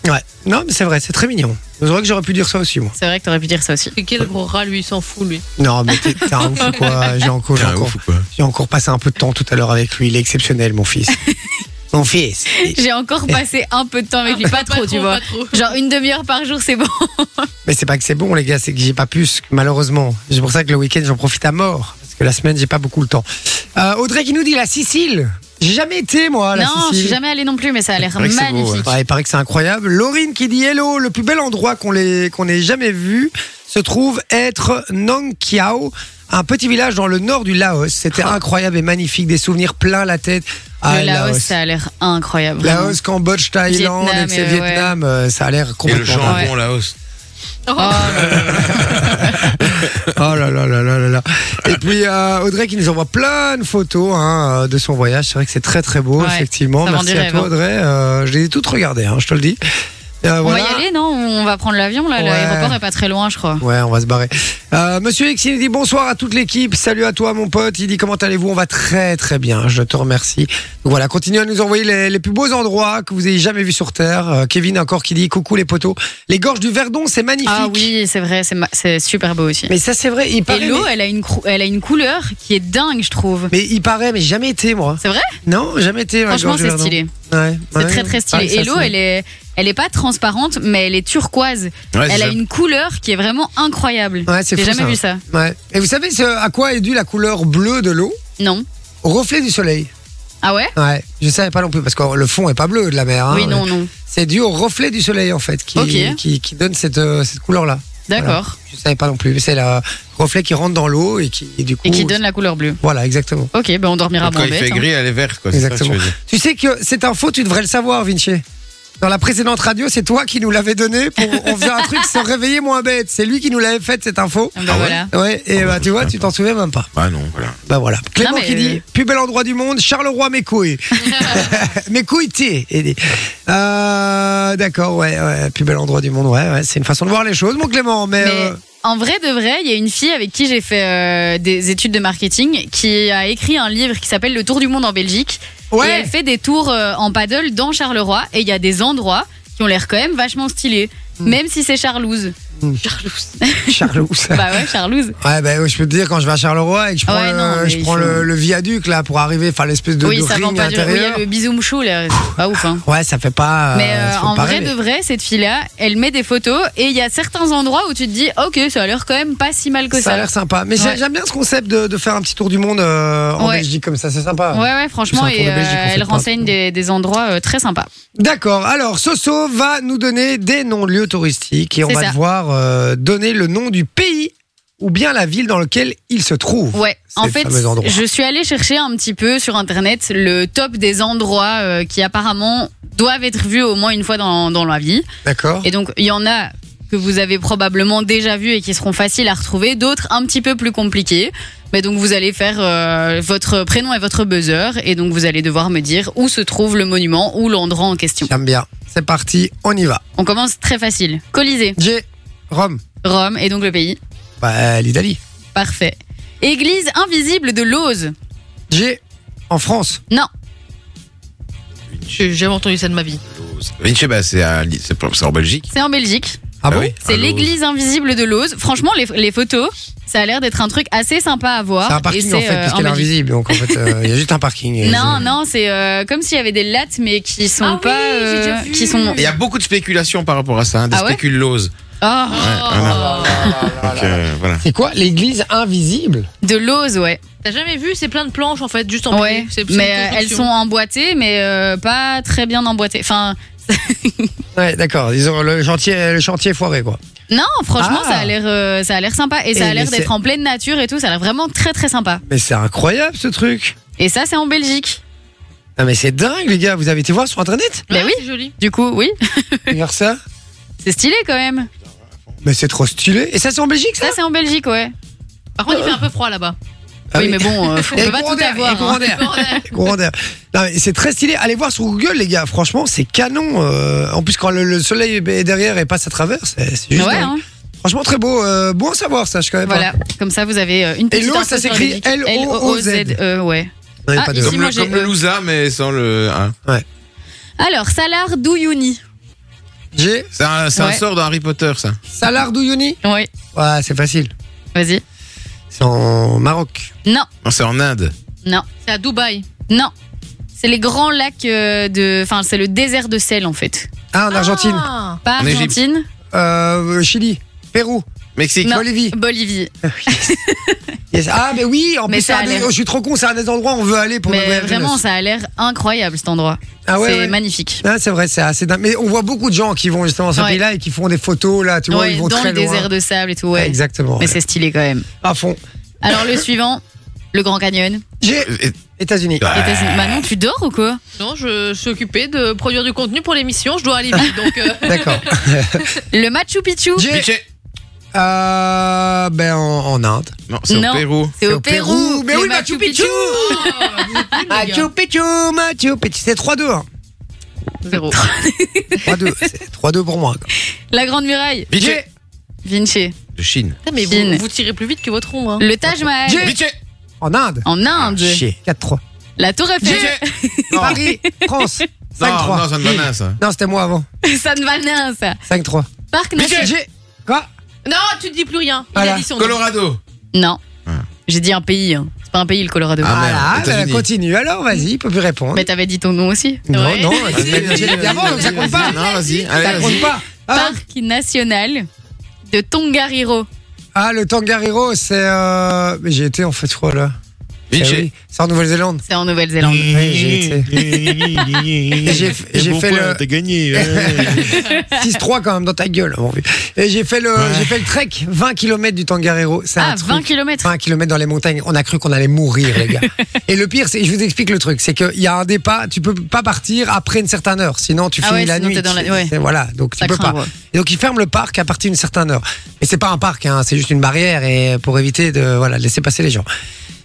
C: Ouais. Non, mais c'est vrai, c'est très mignon. C'est vrai que j'aurais pu dire ça aussi, moi.
D: C'est vrai que t'aurais pu dire ça aussi.
F: C'est quel gros rat, lui, il s'en fout, lui.
C: Non, mais t'es t'es un ouf ou quoi J'ai encore, j'ai
B: T'es un
C: encore,
B: ouf ou quoi
C: j'ai encore passé un peu de temps tout à l'heure avec lui. Il est exceptionnel, mon fils. mon fils.
D: J'ai
C: Eh.
D: encore passé un peu de temps avec lui, pas, trop, tu vois.
F: pas trop.
D: Genre une demi-heure par jour, c'est bon.
C: Mais c'est pas que c'est bon, les gars, c'est que j'ai pas pu, malheureusement. C'est pour ça que le week-end, j'en profite à mort. Parce que la semaine, j'ai pas beaucoup le temps. Euh, Audrey qui nous dit la Sicile. J'ai jamais été, moi, à la
D: non, je
C: Sicile.
D: suis jamais allée non plus, mais ça a l'air
B: C'est vrai que c'est beau,
D: magnifique.
C: Ouais, il paraît que c'est incroyable. Laurine qui dit Hello, le plus bel endroit qu'on l'ait- qu'on ait jamais vu se trouve être Nong Kiao, un petit village dans le nord du Laos. C'était incroyable et magnifique, des souvenirs plein la tête. Ah,
D: Ah. Le Laos, ça a l'air incroyable. vraiment.
C: Laos, Cambodge, Thaïlande,
D: Vietnam,
C: etc., Vietnam,
D: euh,
C: euh, ça a l'air
B: Et le
C: complètement. dingue.
B: jambon, la hausse.
C: Ah, Oh là là là là là là. Et puis euh, Audrey qui nous envoie plein de photos hein, euh, de son voyage. C'est vrai que c'est très très beau,
D: Ouais,
C: effectivement.
D: ça vend
C: Merci
D: du
C: à
D: rêve,
C: toi
D: hein.
C: Audrey. Euh, je les ai toutes regardées, hein, je te le dis. Euh,
D: On
C: voilà.
D: va y aller, non On va prendre l'avion, là.
C: Ouais.
D: L'aéroport est pas très loin, je crois.
C: Ouais, on va se barrer. Euh, Monsieur X, il nous dit bonsoir à toute l'équipe. Salut à toi, mon pote. Il dit comment allez-vous On va très très bien. Je te remercie. Donc voilà, continuez à nous envoyer les, les plus beaux endroits que vous ayez jamais vus sur Terre. Euh, Kevin encore qui dit coucou les poteaux. Les gorges du Verdon, c'est magnifique.
D: Ah oui, c'est vrai, c'est ma- c'est super beau aussi.
C: Mais ça c'est vrai. Il paraît.
D: Et l'eau,
C: mais-
D: elle, a une crou- elle a une couleur qui est dingue, je trouve.
C: mais il paraît, mais j'ai jamais été moi.
D: C'est vrai
C: Non, jamais été. dans la
D: Franchement,
C: gorge du
D: c'est
C: Ah, Verdon.
D: stylé.
C: Ouais,
D: C'est
C: ouais.
D: très très stylé.
C: Ouais, ça,
D: et l'eau,
C: c'est-
D: elle est, elle est pas transparente, mais elle est turquoise.
B: Ouais, c'est
D: elle a
B: ça.
D: une couleur qui est vraiment incroyable.
C: Ouais, c'est
D: J'ai
C: fou,
D: jamais vu ça.
C: Ouais. Et vous savez ce- à quoi est due la couleur bleue de l'eau
D: Non.
C: Au reflet du soleil.
D: Ah ouais
C: Ouais, je savais pas non plus parce que le fond est pas bleu de la mer. hein.
D: Oui, non, non.
C: C'est dû au reflet du soleil en fait qui,
D: Ok.
C: qui, qui donne cette, euh, cette couleur là.
D: D'accord.
C: Je savais pas non plus. C'est le reflet qui rentre dans l'eau et qui et du coup.
D: Et qui donne la couleur bleue.
C: Voilà, exactement.
D: Ok, ben on dormira
B: Donc, quand
D: moins
B: il fait
D: bête. hein.
B: gris, elle est verte. Quoi. C'est ça que tu
C: Exactement.
B: veux dire.
C: Tu sais que cette info, tu devrais le savoir, Vinci. Dans la précédente radio, c'est toi qui nous l'avais donnée. pour- On faisait un truc se réveiller moins bête. C'est lui qui nous l'avait faite cette info.
D: Ah, ben voilà.
C: Ouais, et bah, tu vois, tu t'en souviens même pas.
B: Ah non, voilà.
C: Bah voilà. Clément
D: mais- euh,
C: qui dit plus bel endroit du monde, Charleroi mes couilles. mes couilles t'es. Et des- Euh, D'accord, ouais, ouais, plus bel endroit du monde, ouais, ouais, c'est une façon de voir les choses, mon Clément. Mais,
D: Mais
C: euh,
D: en vrai de vrai, il y a une fille avec qui j'ai fait euh, des études de marketing qui a écrit un livre qui s'appelle Le Tour du monde en Belgique.
C: Ouais.
D: Et elle fait des tours euh, en paddle dans Charleroi et il y a des endroits qui ont l'air quand même vachement stylés.
C: Hmm.
D: Même si c'est Charlouse.
C: Charlot.
D: Bah ouais, Charlouse.
C: Ouais, bah, je peux te dire, quand je vais à Charleroi et que je prends,
D: Ouais, non,
C: le,
D: mais
C: je
D: il
C: prends
D: faut-
C: le, le viaduc là pour arriver, enfin l'espèce de,
D: oui,
C: de
D: ça vend
C: ring
D: pas du. Oui, il y
C: intérieur.
D: a le bisou chou là. C'est Pas ouf, hein.
C: Ouais, ça fait pas. euh,
D: Mais euh,
C: ça fait
D: en
C: pas
D: vrai
C: rêver.
D: de vrai, cette fille-là, elle met des photos et il y a certains endroits où tu te dis, ok, ça a l'air quand même pas si mal que
C: Ça
D: ça.
C: a l'air sympa. Mais j'ai-
D: Ouais.
C: j'aime bien ce concept de, de faire un petit tour du monde euh, en
D: Ouais.
C: Belgique comme ça, c'est sympa.
D: Ouais, ouais, franchement,
C: C'est un tour
D: et
C: de Belgique,
D: euh,
C: en fait,
D: elle
C: pas-
D: renseigne des, des endroits euh, très sympas.
C: D'accord. Alors, Soso va nous donner des noms-lieux touristiques et on
D: C'est
C: va
D: ça.
C: devoir euh, donner le nom du pays ou bien la ville dans laquelle il se trouve.
D: Ouais, en
C: Ces
D: fait,
C: fameux endroits.
D: je suis allée chercher un petit peu sur internet le top des endroits euh, qui apparemment doivent être vus au moins une fois dans, dans la vie.
C: D'accord.
D: Et donc, il y en a que vous avez probablement déjà vus et qui seront faciles à retrouver, d'autres un petit peu plus compliqués. Mais donc, vous allez faire euh, votre prénom et votre buzzer, et donc vous allez devoir me dire où se trouve le monument ou l'endroit en question.
C: J'aime bien. C'est parti, on y va.
D: On commence très facile. Colisée,
C: J. Rome.
D: Rome, et donc le pays.
C: Bah, l'Italie.
D: Parfait. Église invisible de Lose.
C: J. En France.
D: Non,
F: J'ai jamais entendu ça de ma vie.
B: Vinci, bah, c'est à Li- c'est pas- c'est en Belgique.
D: c'est en Belgique.
C: Ah
B: Bah
C: bon
B: oui.
D: C'est
B: Allô.
D: l'église invisible de Lose. Franchement, les, les photos, ça a l'air d'être un truc assez sympa à voir.
C: C'est un
D: Et
C: parking
D: c'est,
C: en fait,
D: euh,
C: puisqu'elle est
D: Belgique.
C: invisible. Donc en fait, euh, il y a juste un parking. et
D: Non,
C: c'est-
D: non, c'est euh, comme s'il y avait des lattes, mais qui sont
F: Ah oui,
D: pas. euh,
F: j'ai déjà vu.
D: qui sont.
B: Il y a beaucoup de spéculations par rapport à ça, hein, des
D: Ah ouais
B: spéculoses.
D: Ah,
F: Oh.
B: voilà. Donc, euh, voilà.
C: C'est quoi l'église invisible
D: de l'ose, ouais.
F: T'as jamais vu C'est plein de planches en fait, juste en
D: ouais.
F: pied. C'est- c'est une
D: Mais euh, elles sont
F: construction.
D: emboîtées, mais euh, pas très bien emboîtées. Enfin,
C: Ouais, d'accord. Ils ont le chantier, le chantier est foiré quoi.
D: non, franchement,
C: Ah.
D: ça a l'air, euh, ça a l'air sympa et, ça
C: Et
D: a l'air
C: mais c'est-
D: d'être en pleine nature et tout. Ça a l'air vraiment très très sympa.
C: Mais c'est incroyable ce truc.
D: Et ça, c'est en Belgique.
C: Non mais c'est dingue les gars. Vous avez été voir sur internet
F: Ouais,
D: Mais oui.
F: c'est joli.
D: Du coup, oui,
C: Regarde ça.
D: c'est stylé quand même.
C: Mais c'est trop stylé. Et ça c'est en Belgique ça
D: Ça, c'est en Belgique, ouais.
F: Par contre, il fait un peu froid là-bas.
C: Ah
D: oui, mais bon, euh, faut- on
C: Et
D: peut pas
C: courant
D: tout
C: d'air, et
D: avoir.
C: courant
D: hein.
C: d'air, courant d'air. Non, mais C'est très stylé. Allez voir sur Google, les gars. Franchement, c'est canon. euh, en plus, quand le, le soleil est derrière et passe à travers, c'est c'est juste.
D: Ouais,
C: dingue.
D: hein.
C: Franchement, très beau. euh, bon à savoir, ça, je connais
D: Voilà, comme ça vous avez euh, une petite
C: l'eau,
D: info
C: ça
D: sur la
C: s'écrit
D: musique.
C: L-O-O-Z.
D: L-O-O-Z-E, ouais.
C: pas. Ouais,
D: Ah,
C: pas de-
D: ici-
B: Comme,
D: moi,
B: le,
D: j'ai-
B: comme le
D: euh,
B: Louza, mais sans le. hein.
D: Alors, Salar Douyouni.
C: J'ai
B: C'est un, c'est un
D: Ouais.
B: sort dans Harry Potter, ça.
C: Salar Douyouni.
D: Ouais,
C: Ouais, c'est facile.
D: vas-y.
C: C'est en Maroc.
D: Non,
B: Non, c'est en Inde.
D: non,
F: C'est à Dubaï.
D: non. C'est les grands lacs euh, de. Enfin, c'est le désert de sel en fait.
C: Ah, en Argentine.
F: Ah.
D: Pas
B: En Égypte.
D: Argentine,
C: Euh, Chili. Pérou.
B: Mexique.
D: Non.
C: Bolivie.
D: Bolivie.
C: Yes. Ah, mais oui, en
D: Mais
C: plus, c'est
D: ça
C: un
D: a
C: des-
D: l'air-
C: oh, je suis trop con. C'est un des endroits où on veut aller pour notre
D: Mais
C: voyage de
D: vraiment,
C: noces.
D: ça a l'air incroyable cet endroit.
C: Ah ouais,
D: c'est
C: ouais.
D: magnifique.
C: Ah, c'est vrai, c'est assez dingue. Mais on voit beaucoup de gens qui vont justement dans ce
D: Ouais.
C: pays-là et qui font des photos là, tu vois,
D: Ouais,
C: ils vont
D: dans
C: très
D: le
C: loin.
D: désert de sable et tout,
C: Ouais,
D: ouais.
C: Exactement.
D: Mais
C: ouais.
D: c'est stylé quand même.
C: à fond.
D: Alors, le suivant, le Grand Canyon.
C: J'ai
B: Euh, Et-
C: États-Unis.
B: Ouais.
D: États-Unis. Manon, tu dors ou quoi
F: Non, je suis occupée de produire du contenu pour l'émission. Je dois aller vite. Donc, euh,
C: D'accord.
D: Le Machu Picchu.
C: J'ai
B: Mickey.
C: euh, ben en, en Inde.
B: Non, c'est au
D: Non.
B: Pérou.
D: C'est au Pérou.
C: Mais
D: Le
C: oui, Machu Picchu.
F: Ah,
C: Machu Picchu, Machu Picchu. C'est 3-2. hein.
F: zéro.
C: 3-2. C'est 3-2 pour moi. quoi.
D: La Grande Muraille.
B: Mickey.
C: J'ai
D: Vinci.
B: De Chine.
C: Ah,
F: Putain, mais
D: Chine.
F: vous, vous tirez plus vite que votre ombre. hein.
D: Le Taj Mahal.
C: J'ai-
B: Mickey.
C: en Inde.
D: En Inde.
C: Chier. 4-3.
D: la Tour Eiffel.
B: Mickey.
C: Paris, France.
B: Non,
C: 5-3.
B: non, ça ne va pas, ça.
C: Non, c'était moi avant.
D: ça ne va rien, ça.
C: 5-3.
D: Parc national.
C: J'ai quoi
D: Mm.
F: Non, tu ne dis plus rien. Il
C: Voilà.
F: a dit son nom.
B: Colorado.
D: Non.
B: Ah.
D: J'ai dit un pays. hein. C'est pas un pays, le Colorado.
B: Ah, merde,
C: Voilà, bah,
B: États-Unis.
C: continue alors, vas-y, il peut plus répondre.
D: Mais t'avais dit ton nom aussi.
C: non,
F: Ouais.
C: non,
B: Vas-y,
C: c'est
B: vas-y,
C: j'ai dit
B: vas-y,
C: avant,
B: vas-y,
C: ça
B: vas-y.
C: compte pas.
B: Non, vas-y.
C: Ça
B: allez, vas-y.
C: compte pas. Ah,
D: Parc national de Tongariro.
C: ah, le Tangariro, c'est. euh, Mais j'ai été en fait, je crois, là. Eh
B: Vinci.
C: oui, C'est en Nouvelle-Zélande.
D: C'est en Nouvelle-Zélande.
B: Mmh.
C: Oui, j'ai été. J'ai- j'ai fait le-
H: gagné.
C: 6-3 quand même dans ta gueule. avant. Et j'ai fait, le, j'ai fait le trek 20 km du Tangariro. C'est un
D: Ah,
C: truc.
D: 20 km.
C: 20 km dans les montagnes, on a cru qu'on allait mourir, les gars. Et le pire, c'est, je vous explique le truc, c'est qu'il y a un départ, tu peux pas partir après une certaine heure, sinon tu
D: Ah
C: finis
D: ouais,
C: la
D: sinon
C: nuit.
D: t'es dans la- ouais.
C: C'est- Voilà, donc tu
D: Ça
C: peux
D: craint,
C: pas.
D: ouais.
C: Et donc ils ferment le parc à partir d'une certaine heure. Mais c'est pas un parc, hein, c'est juste une barrière et pour éviter de voilà de laisser passer les gens.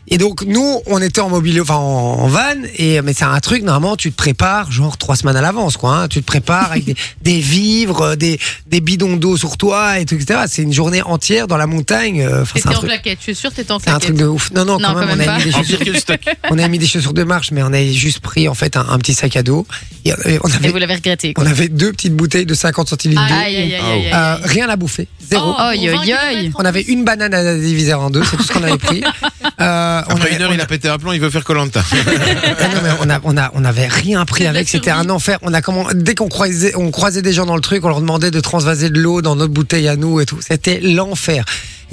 C: Et donc nous, on était en mobile, enfin en, en van, et mais c'est un truc normalement, tu te prépares genre trois semaines à l'avance, quoi. hein. tu te prépares avec des, des vivres, euh, des, des bidons d'eau sur toi et tout, etc. C'est une journée entière dans la montagne. euh, Enfin, c'est un
F: T'étais en
C: truc-
F: claquette, je suis sûr t'étais en
C: c'est un
F: claquette.
C: truc de ouf. Non, non, quand
D: Non,
C: même,
D: quand même
C: on, a mis
D: pas.
C: des
B: En
C: chaussures,
B: pire que le stock.
C: on a mis des chaussures de marche, mais on avait juste pris en fait un, un petit sac à dos. Et on avait, on
D: Et
C: avait-
D: vous Ah l'avez regretté. quoi.
C: on avait deux petites bouteilles de 50 centilitres d'eau.
F: Aïe, aïe, aïe, aïe,
B: Ah,
F: aïe.
C: Euh, rien à bouffer, zéro.
F: Oh,
D: Aïe,
F: pour
D: aïe,
F: 20
D: aïe.
F: kilomètres,
C: On avait une banane à diviser en deux, c'est tout ce qu'on avait pris. Euh, on
B: Après
C: avait-
B: une heure, il a pété un plomb, il veut faire Colanta.
C: Ah non, mais on, a, on, a, on avait rien pris avec, c'était un enfer. On a comment, dès qu'on croisait, on croisait des gens dans le truc, on leur demandait de transvaser de l'eau dans notre bouteille à nous et tout. C'était l'enfer.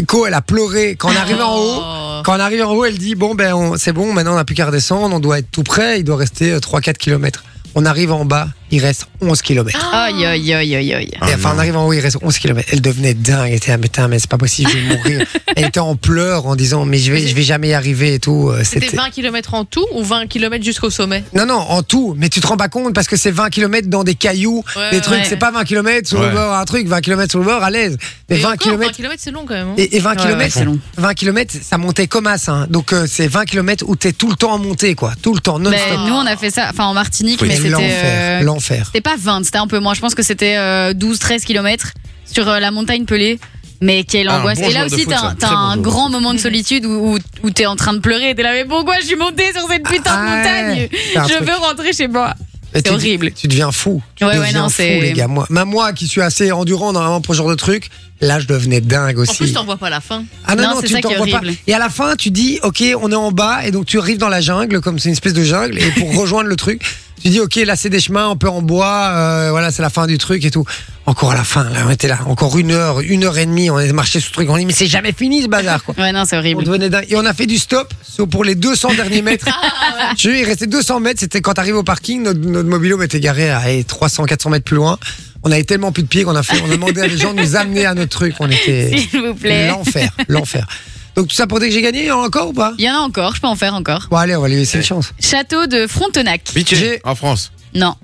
C: Co, elle a pleuré. Quand on arrivait en haut,
F: Oh.
C: quand on arrive en haut, elle dit Bon, ben, on- c'est bon, maintenant on n'a plus qu'à redescendre, on doit être tout près, il doit rester euh, 3-4 km. On arrive en bas, il reste 11 km.
D: Aïe, aïe, aïe, aïe, aïe.
B: Ah,
C: enfin, on
B: non.
C: arrive en haut, il reste 11 km. Elle devenait dingue. Elle était, ah, mais, putain, mais c'est pas possible, je vais mourir. elle était en pleurs en disant, mais je vais, je vais jamais y arriver et tout. Euh,
F: C'était 20 km en tout ou 20 km jusqu'au sommet
C: Non, non, en tout. Mais tu te rends pas compte parce que c'est 20 km dans des cailloux,
F: Ouais,
C: des
F: ouais,
C: trucs.
F: ouais.
C: C'est pas 20 km sur le
B: Ouais.
C: bord, un truc. 20 km sur le bord, à l'aise. Mais
F: Et
C: 20
F: encore, 20
C: km.
F: km c'est long quand même. hein.
C: Et, et 20
D: Ouais,
C: km,
D: ouais, c'est long.
C: 20 km, ça montait comme à ça. hein. Donc euh, c'est 20 km où t'es tout le temps en montée, quoi. Tout le temps,
D: Mais
C: non-stop.
D: nous, on a fait ça, enfin en Martinique,
B: Oui.
D: Ben, mais c'était.
C: L'enfer,
D: euh,
C: l'enfer.
D: C'était pas 20, c'était un peu moins. Je pense que c'était euh, 12-13 km sur euh, la montagne Pelée. Mais quelle
B: Ah, un
D: angoisse.
B: bon
D: Et là
B: joueur de
D: aussi,
B: foot,
D: t'as
B: ça.
D: un- t'as
B: Très bon
D: un
B: joueur de
D: grand moment de solitude où, où, où t'es en train de pleurer. T'es là, mais pourquoi je suis montée sur cette putain de
C: Ah,
D: montagne
C: c'est un
D: Je
C: truc.
D: veux rentrer chez moi.
C: Et tu-
D: horrible.
C: Tu deviens fou. Tu
D: Ouais, ouais,
C: deviens
D: non,
C: fou,
D: c'est-
C: les gars. Moi, même moi qui suis assez endurant normalement pour ce genre de truc, là je devenais dingue aussi.
F: En plus, t'en vois pas la fin.
C: Ah non,
D: Non,
C: non,
D: c'est
C: tu
D: ça
C: t'en
D: qui est
C: vois pas.
D: horrible.
C: Et à la fin, tu dis, ok, on est en bas, et donc tu arrives dans la jungle, comme c'est une espèce de jungle, et pour rejoindre le truc, tu dis, ok, là c'est des chemins, un peu en bois, euh, voilà, c'est la fin du truc et tout. Encore à la fin, là, on était là, encore une heure, une heure et demie, on est marché sur ce truc, on dit, mais c'est jamais fini ce bazar, quoi.
D: Ouais, non, c'est
C: On
D: horrible.
C: devenait dingue. Et on a fait du stop sauf pour les 200 derniers mètres.
D: Ah,
C: Je, il restait 200 mètres. C'était quand t'arrives au parking, notre, notre mobilhome était garé à allez, 300, 400 mètres plus loin. On avait tellement plus de pieds qu'on a fait, on a demandé à les gens de nous amener à notre truc. On était
D: S'il vous plaît.
C: l'enfer, l'enfer. Donc tout ça pour dire que j'ai gagné encore ou pas
D: Il y en a encore, je peux en faire encore.
C: Bon allez, on va lui laisser une chance.
D: Château de Frontenac.
B: Vinci,
C: J'ai-
B: en France,
D: Non,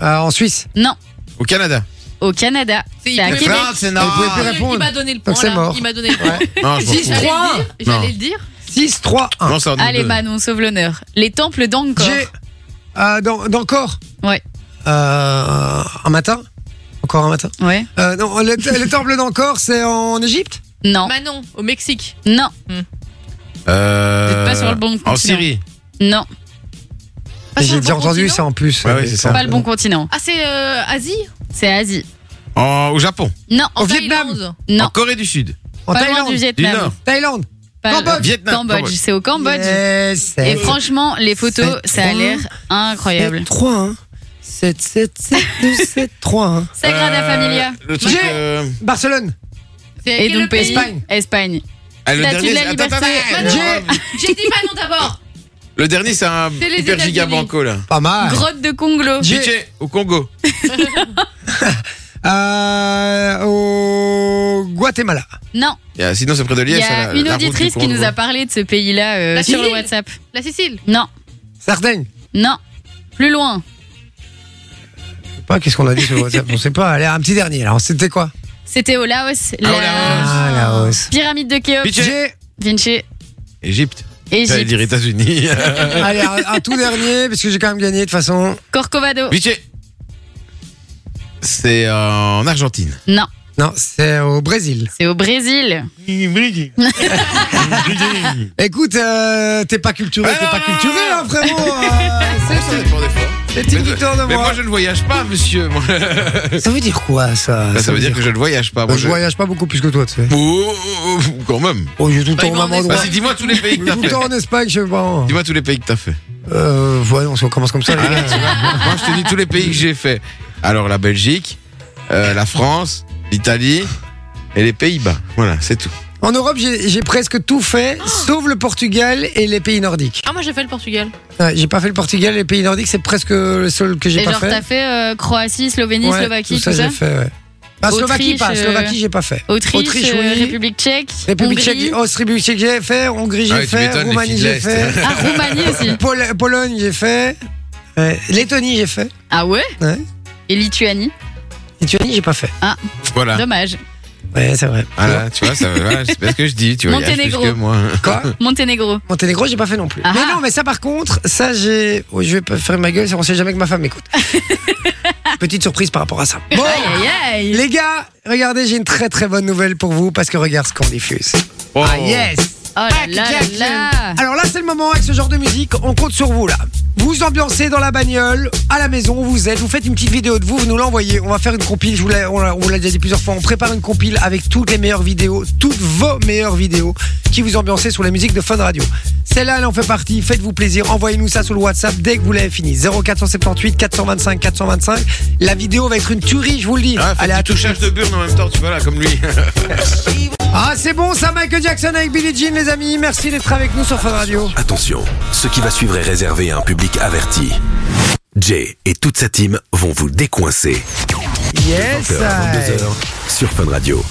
C: Euh, en Suisse.
D: non,
B: au Canada.
D: au Canada.
F: C'est
D: C'est à
F: hyper-
D: Québec.
B: France, c'est
C: Vous pouvez plus
B: normal.
C: répondre.
F: Ah, Il m'a donné le point.
C: Donc c'est
F: là.
C: mort.
F: Il m'a donné le point.
B: Non, je m'en
F: J'allais
B: fous.
F: le
C: 3.
F: dire,
B: Non.
F: J'allais le dire.
C: 6, 3, 1.
B: Non, ça en donne
D: Allez,
B: deux.
D: Manon, sauve l'honneur. Les temples d'Angkor.
C: J'ai euh, dans, dans corps.
D: Ouais,
C: Euh, un matin. Encore un matin.
D: ouais.
C: Euh, non, le, le temple d'Angkor, c'est en Égypte
D: Non,
F: Manon, au Mexique.
D: non, Vous
B: Euh,
D: êtes pas sur le bon
B: En
D: continent.
B: Syrie.
D: non.
F: Pas sur
C: J'ai
F: le
C: déjà
F: bon
C: entendu
F: continent
C: ça en plus.
B: Ouais, ouais, c'est ça.
D: Pas le bon continent.
F: Ah, c'est euh, Asie
D: C'est Asie.
B: En- Au Japon.
D: Non,
F: En
C: Au Vietnam.
F: Thaïlande.
D: Non.
B: En Corée du Sud.
C: En
D: pas
C: Thaïlande.
D: loin du
B: Du
D: Vietnam.
B: Nord.
C: Thaïlande.
D: Pas
C: Cambodge.
D: loin.
B: Vietnam,
D: Cambodge,
B: Cambodge.
D: c'est au Cambodge.
C: Yes,
D: Et
C: c'est-
D: franchement, les photos,
C: Sept,
D: ça a
C: trois.
D: l'air incroyable.
C: 3, 1. 7, 7, 7, 2, 7, 3, 1.
D: Sagrada Familia.
B: Euh, Le truc.
C: J'ai-
B: euh,
C: Barcelone.
F: C'est
D: Et
F: quel
D: donc,
F: pays
D: pays
C: Espagne.
D: Espagne.
B: ah, le
D: Statue de
B: dernier,
D: la
B: c'est-
D: liberté.
B: attends, attends,
F: Manon.
B: attends.
F: J'ai dit Manon d'abord.
B: Le dernier, c'est un
F: C'est les
B: hyper giga
F: États-Unis.
B: banco là.
C: Pas mal.
D: Grotte de Conglo.
C: Ah. J'ai-
B: Vinci, au Congo.
C: Euh, au Guatemala.
D: Non,
B: Et, euh, Sinon, c'est près de
D: il
B: Liège.
D: y
B: ça,
D: a
B: la-
D: une
B: la route du
D: auditrice qui
B: Congo.
D: nous a parlé de ce pays-là euh,
F: La
D: sur le
F: Syrie.
D: WhatsApp.
F: La Sicile.
D: Non,
C: Sardaigne.
D: non, plus loin.
C: Je sais Pas, qu'est-ce qu'on a dit sur le WhatsApp On sait pas. Allez, un petit dernier. Alors, c'était quoi
D: C'était au Laos,
B: Ah, au
D: la
B: Laos.
C: Ah, la hausse.
D: pyramide de Khéops,
B: Vinci.
C: J'ai.
D: Vinci,
B: Égypte. J'allais
D: Égypte,
B: dire États-Unis. euh.
C: Allez, un, un tout dernier, parce que j'ai quand même gagné de toute façon.
D: Corcovado.
B: Vinci. C'est euh, en Argentine.
D: Non,
C: Non, c'est au Brésil.
D: c'est au Brésil.
C: Écoute, euh, t'es pas culturé,
B: Ah,
C: t'es
B: non,
C: pas
B: non,
C: culturé,
B: non.
C: hein, frérot. euh,
B: Ça dépend des fois.
C: C'est une victoire de
B: Mais
C: moi.
B: moi, je ne voyage pas, monsieur. Moi,
C: Ça veut dire quoi, ça
B: Bah, Ça veut dire que je ne voyage pas.
C: Bah,
B: Moi,
C: je voyage pas beaucoup plus que toi, tu sais.
B: Oh, oh, oh, quand même.
C: Oh, je suis tout le
F: Bah,
C: temps
F: il
C: au
F: va en
C: même
F: Espagne.
C: endroit.
B: Vas-y, dis-moi tous les pays que
C: Je
B: t'as
C: suis tout le
B: fait.
C: temps en Espagne, je sais pas.
B: Dis-moi tous les pays que t'as fait.
C: Euh, ouais, on commence comme ça. les
B: Ah.
C: gars.
B: Moi, je te dis tous les pays que j'ai fait. Alors, la Belgique, euh, la France, l'Italie et les Pays-Bas. Voilà, c'est tout.
C: En Europe, j'ai j'ai presque tout fait, sauf le Portugal et les pays nordiques.
F: Ah, moi j'ai fait le Portugal.
C: Ouais, j'ai pas fait le Portugal et les pays nordiques, c'est presque le seul que j'ai
D: Et
C: pas
D: genre,
C: fait.
D: t'as fait euh, Croatie, Slovénie,
C: Ouais,
D: Slovaquie, tout ça,
C: j'ai fait, ouais. Ah, Slovaquie,
D: Autriche,
C: pas.
D: euh,
C: Slovaquie, j'ai pas fait.
D: Autriche,
C: Autriche,
D: euh,
C: oui.
D: République tchèque,
C: République
D: Hongrie.
C: tchèque, Austrie, République tchèque, j'ai fait. Hongrie, j'ai
B: Ah ouais, tu m'étonnes,
C: fait.
B: les
C: Roumanie,
B: filles de
C: j'ai
B: l'Est.
C: fait.
D: Ah, Roumanie aussi.
C: Pol- Pologne, j'ai fait. Ouais. Lettonie, j'ai fait.
D: Ah ouais
C: Ouais.
D: Et Lituanie.
C: Lituanie, j'ai pas fait. Ah.
B: Voilà.
D: Dommage.
C: Ouais, c'est vrai.
B: Voilà, tu vois, ça, voilà, c'est pas ce que je dis. Tu voyages plus
D: Monténégro.
B: que moi.
C: Quoi
D: Monténégro.
C: Monténégro, j'ai pas fait non plus.
D: Ah
C: mais
D: ah.
C: non, mais ça par contre, ça j'ai. Oh, je vais pas faire ma gueule, ça, on sait jamais que ma femme m'écoute. Petite surprise par rapport à ça. Bon,
D: Aïe aïe aïe.
C: les gars, regardez, j'ai une très très bonne nouvelle pour vous parce que regarde ce qu'on diffuse.
B: Oh.
C: Ah yes
D: Oh là là là là.
C: Alors là, c'est le moment avec ce genre de musique, on compte sur vous là. Vous ambiancez dans la bagnole, à la maison où vous êtes, vous faites une petite vidéo de vous, vous nous l'envoyez. On va faire une compile, je vous l'ai- on l'a- on vous l'a déjà dit plusieurs fois, on prépare une compile avec toutes les meilleures vidéos, toutes vos meilleures vidéos qui vous ambiancez sur la musique de Fun Radio. Celle-là, elle en fait partie, faites-vous plaisir, envoyez-nous ça sur le WhatsApp dès que vous l'avez fini. 0478 425 425. La vidéo va être une tuerie, je vous le dis.
B: Ah,
C: Allez, à
B: fais du
C: tout de
B: touchage de burne en même temps, tu vois là, comme lui.
C: Ah, c'est bon, ça, Michael Jackson avec Billie Jean, les amis. Merci d'être avec nous sur Fun Radio.
G: Attention, ce qui va suivre est réservé à un public averti. Jay et toute sa team vont vous décoincer.
C: Yes.
G: 20h à 22h sur Fun Radio.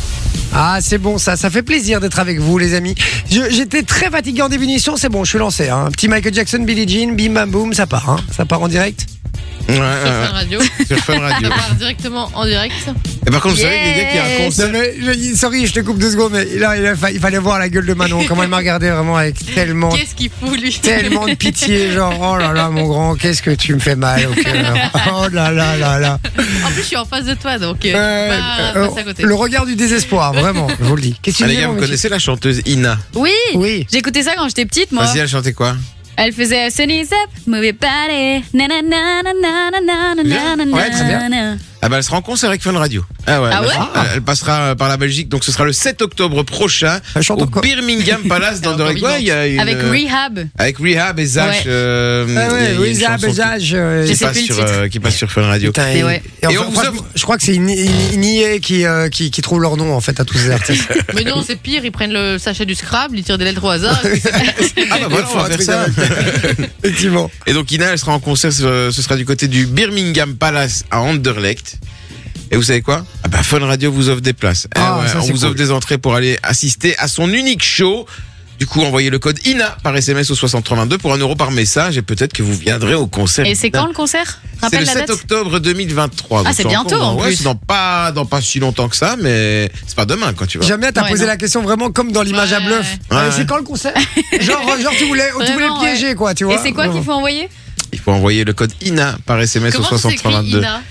C: Ah, c'est bon, ça. Ça fait plaisir d'être avec vous, les amis. Je- J'étais très fatigué en début d'émission. C'est bon, je suis lancé. Hein. Petit Michael Jackson, Billie Jean, bim bam boum, ça part. Hein. Ça part en direct.
B: Ouais, ouais,
C: Ah,
F: Sur Fun
B: ouais,
F: Radio.
B: sur Fun Radio.
F: Ça part directement en direct.
B: Et par contre, vous savez, les gars, qu'il y a un
C: Non,
B: concept.
C: mais, je- sorry, je te coupe deux secondes, mais là, il, a fa- il fallait voir la gueule de Manon. Comment elle m'a regardé vraiment avec tellement,
F: Qu'est-ce qu'il fout lui
C: tellement de pitié. Genre, oh là là, mon grand, qu'est-ce que tu me fais mal au cœur. Oh là là là là.
F: En plus, je suis en face de toi donc. euh,
C: Euh,
F: pas-
C: euh,
F: passe à côté.
C: le regard du désespoir, vraiment, je vous le dis. Qu'est-ce que
B: Ah,
C: tu
B: les
C: dis,
B: gars, vous
C: mon monsieur
B: connaissez la chanteuse Ina
D: Oui,
C: Oui.
D: J'écoutais ça quand j'étais petite, moi.
B: Vas-y, elle chantait quoi
D: Elle faisait Sunny Zep, Move It Body. Na na na na na na na na
B: Bien.
D: na na
B: Ouais, très bien.
D: na.
B: Ah bah elle sera en concert avec Fun Radio. Ah ouais.
D: Ah
B: elle-
D: ouais
B: elle, elle passera euh, par la Belgique, donc ce sera le 7 octobre prochain
C: Elle chante
B: au
C: encore.
B: Birmingham Palace dans
F: Elle est encore
B: Doré. Ouais, il y a une,
D: Avec
B: euh,
D: Rehab.
B: avec Rehab et Zach.
D: Ouais.
B: euh,
C: Ah
B: il y a-
C: ouais,
B: il y a
C: oui,
B: une
C: Zab,
B: chanson
C: Zab, je-
D: Je
B: Qui,
D: sais
B: qui passe
D: plus le
B: sur,
D: titre.
B: euh, qui passe sur Fun Radio.
C: Putain,
D: Mais
C: et-
D: ouais.
C: et
B: Et
C: enfin,
B: on vous
C: franchement, je crois que c'est une, une, une IA qui, euh, qui, qui trouve leur nom en fait à tous ces artistes.
F: Mais non, c'est pire, ils prennent le sachet du Scrabble, ils tirent des lettres au hasard.
B: Ah bah voilà, on va faire ça.
C: Effectivement.
B: Et donc Ina, elle sera en concert, ce ce sera du côté du Birmingham Palace à Anderlecht. Et vous savez quoi ah bah Fun Radio vous offre des places. Eh
C: Ah,
B: ouais,
C: ça,
B: on
C: c'est
B: vous
C: cool.
B: offre des entrées pour aller assister à son unique show. Du coup, envoyez le code INA par SMS au 6322 pour 1 euro par message et peut-être que vous viendrez au concert.
D: Et c'est
B: d'Ina.
D: quand le concert
B: C'est
D: Rappelle
B: le
D: la
B: 7
D: date
B: octobre 2023.
D: Ah,
B: Donc
D: c'est
B: encore
D: bientôt,
B: dans-
D: en
B: ouais,
D: plus.
B: c'est dans pas, dans pas si longtemps que ça, mais c'est pas demain quand tu vas.
C: J'aime bien, t'as
D: Ouais,
C: posé
D: non.
C: la question vraiment comme dans l'image à
F: Ouais.
C: bluff.
F: Ouais,
C: Ah, mais
B: ouais.
C: C'est quand le concert genre, genre, tu voulais, tu voulais
D: Vraiment,
C: piéger quoi, tu vois.
D: Et c'est quoi qu'il faut envoyer
B: Il faut envoyer le code INA par SMS
F: Comment
B: au
F: ça s'écrit
B: 6322.
F: Ina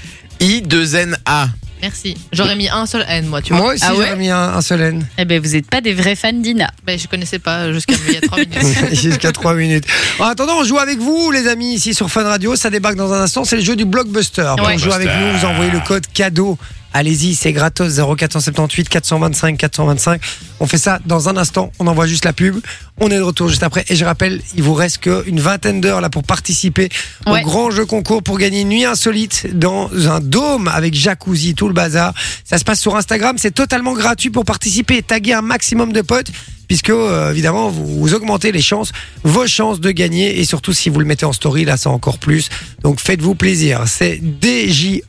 B: I2NA.
F: Merci. J'aurais mis un seul N, moi, tu vois.
C: Moi aussi,
D: Ah ouais
C: j'aurais mis un, un seul N
D: Eh ben, vous n'êtes pas des vrais fans d'Ina.
F: Ben, je connaissais pas jusqu'à il y a 3 minutes.
C: jusqu'à 3 minutes. En attendant, on joue avec vous, les amis, ici sur Fun Radio. Ça débarque dans un instant. C'est le jeu du blockbuster.
D: Ouais.
C: On joue avec nous. Vous envoyez le code cadeau. Allez-y, c'est gratos 0478 425 425. On fait ça dans un instant. On envoie juste la pub. On est de retour juste après. Et je rappelle, il vous reste qu'une vingtaine d'heures là pour participer
D: Ouais.
C: au grand jeu concours pour gagner une nuit insolite dans un dôme avec jacuzzi, tout le bazar. Ça se passe sur Instagram. C'est totalement gratuit pour participer. Taguer un maximum de potes puisque euh, évidemment vous, vous augmentez les chances, vos chances de gagner et surtout si vous le mettez en story là c'est encore plus. Donc faites-vous plaisir. C'est DJE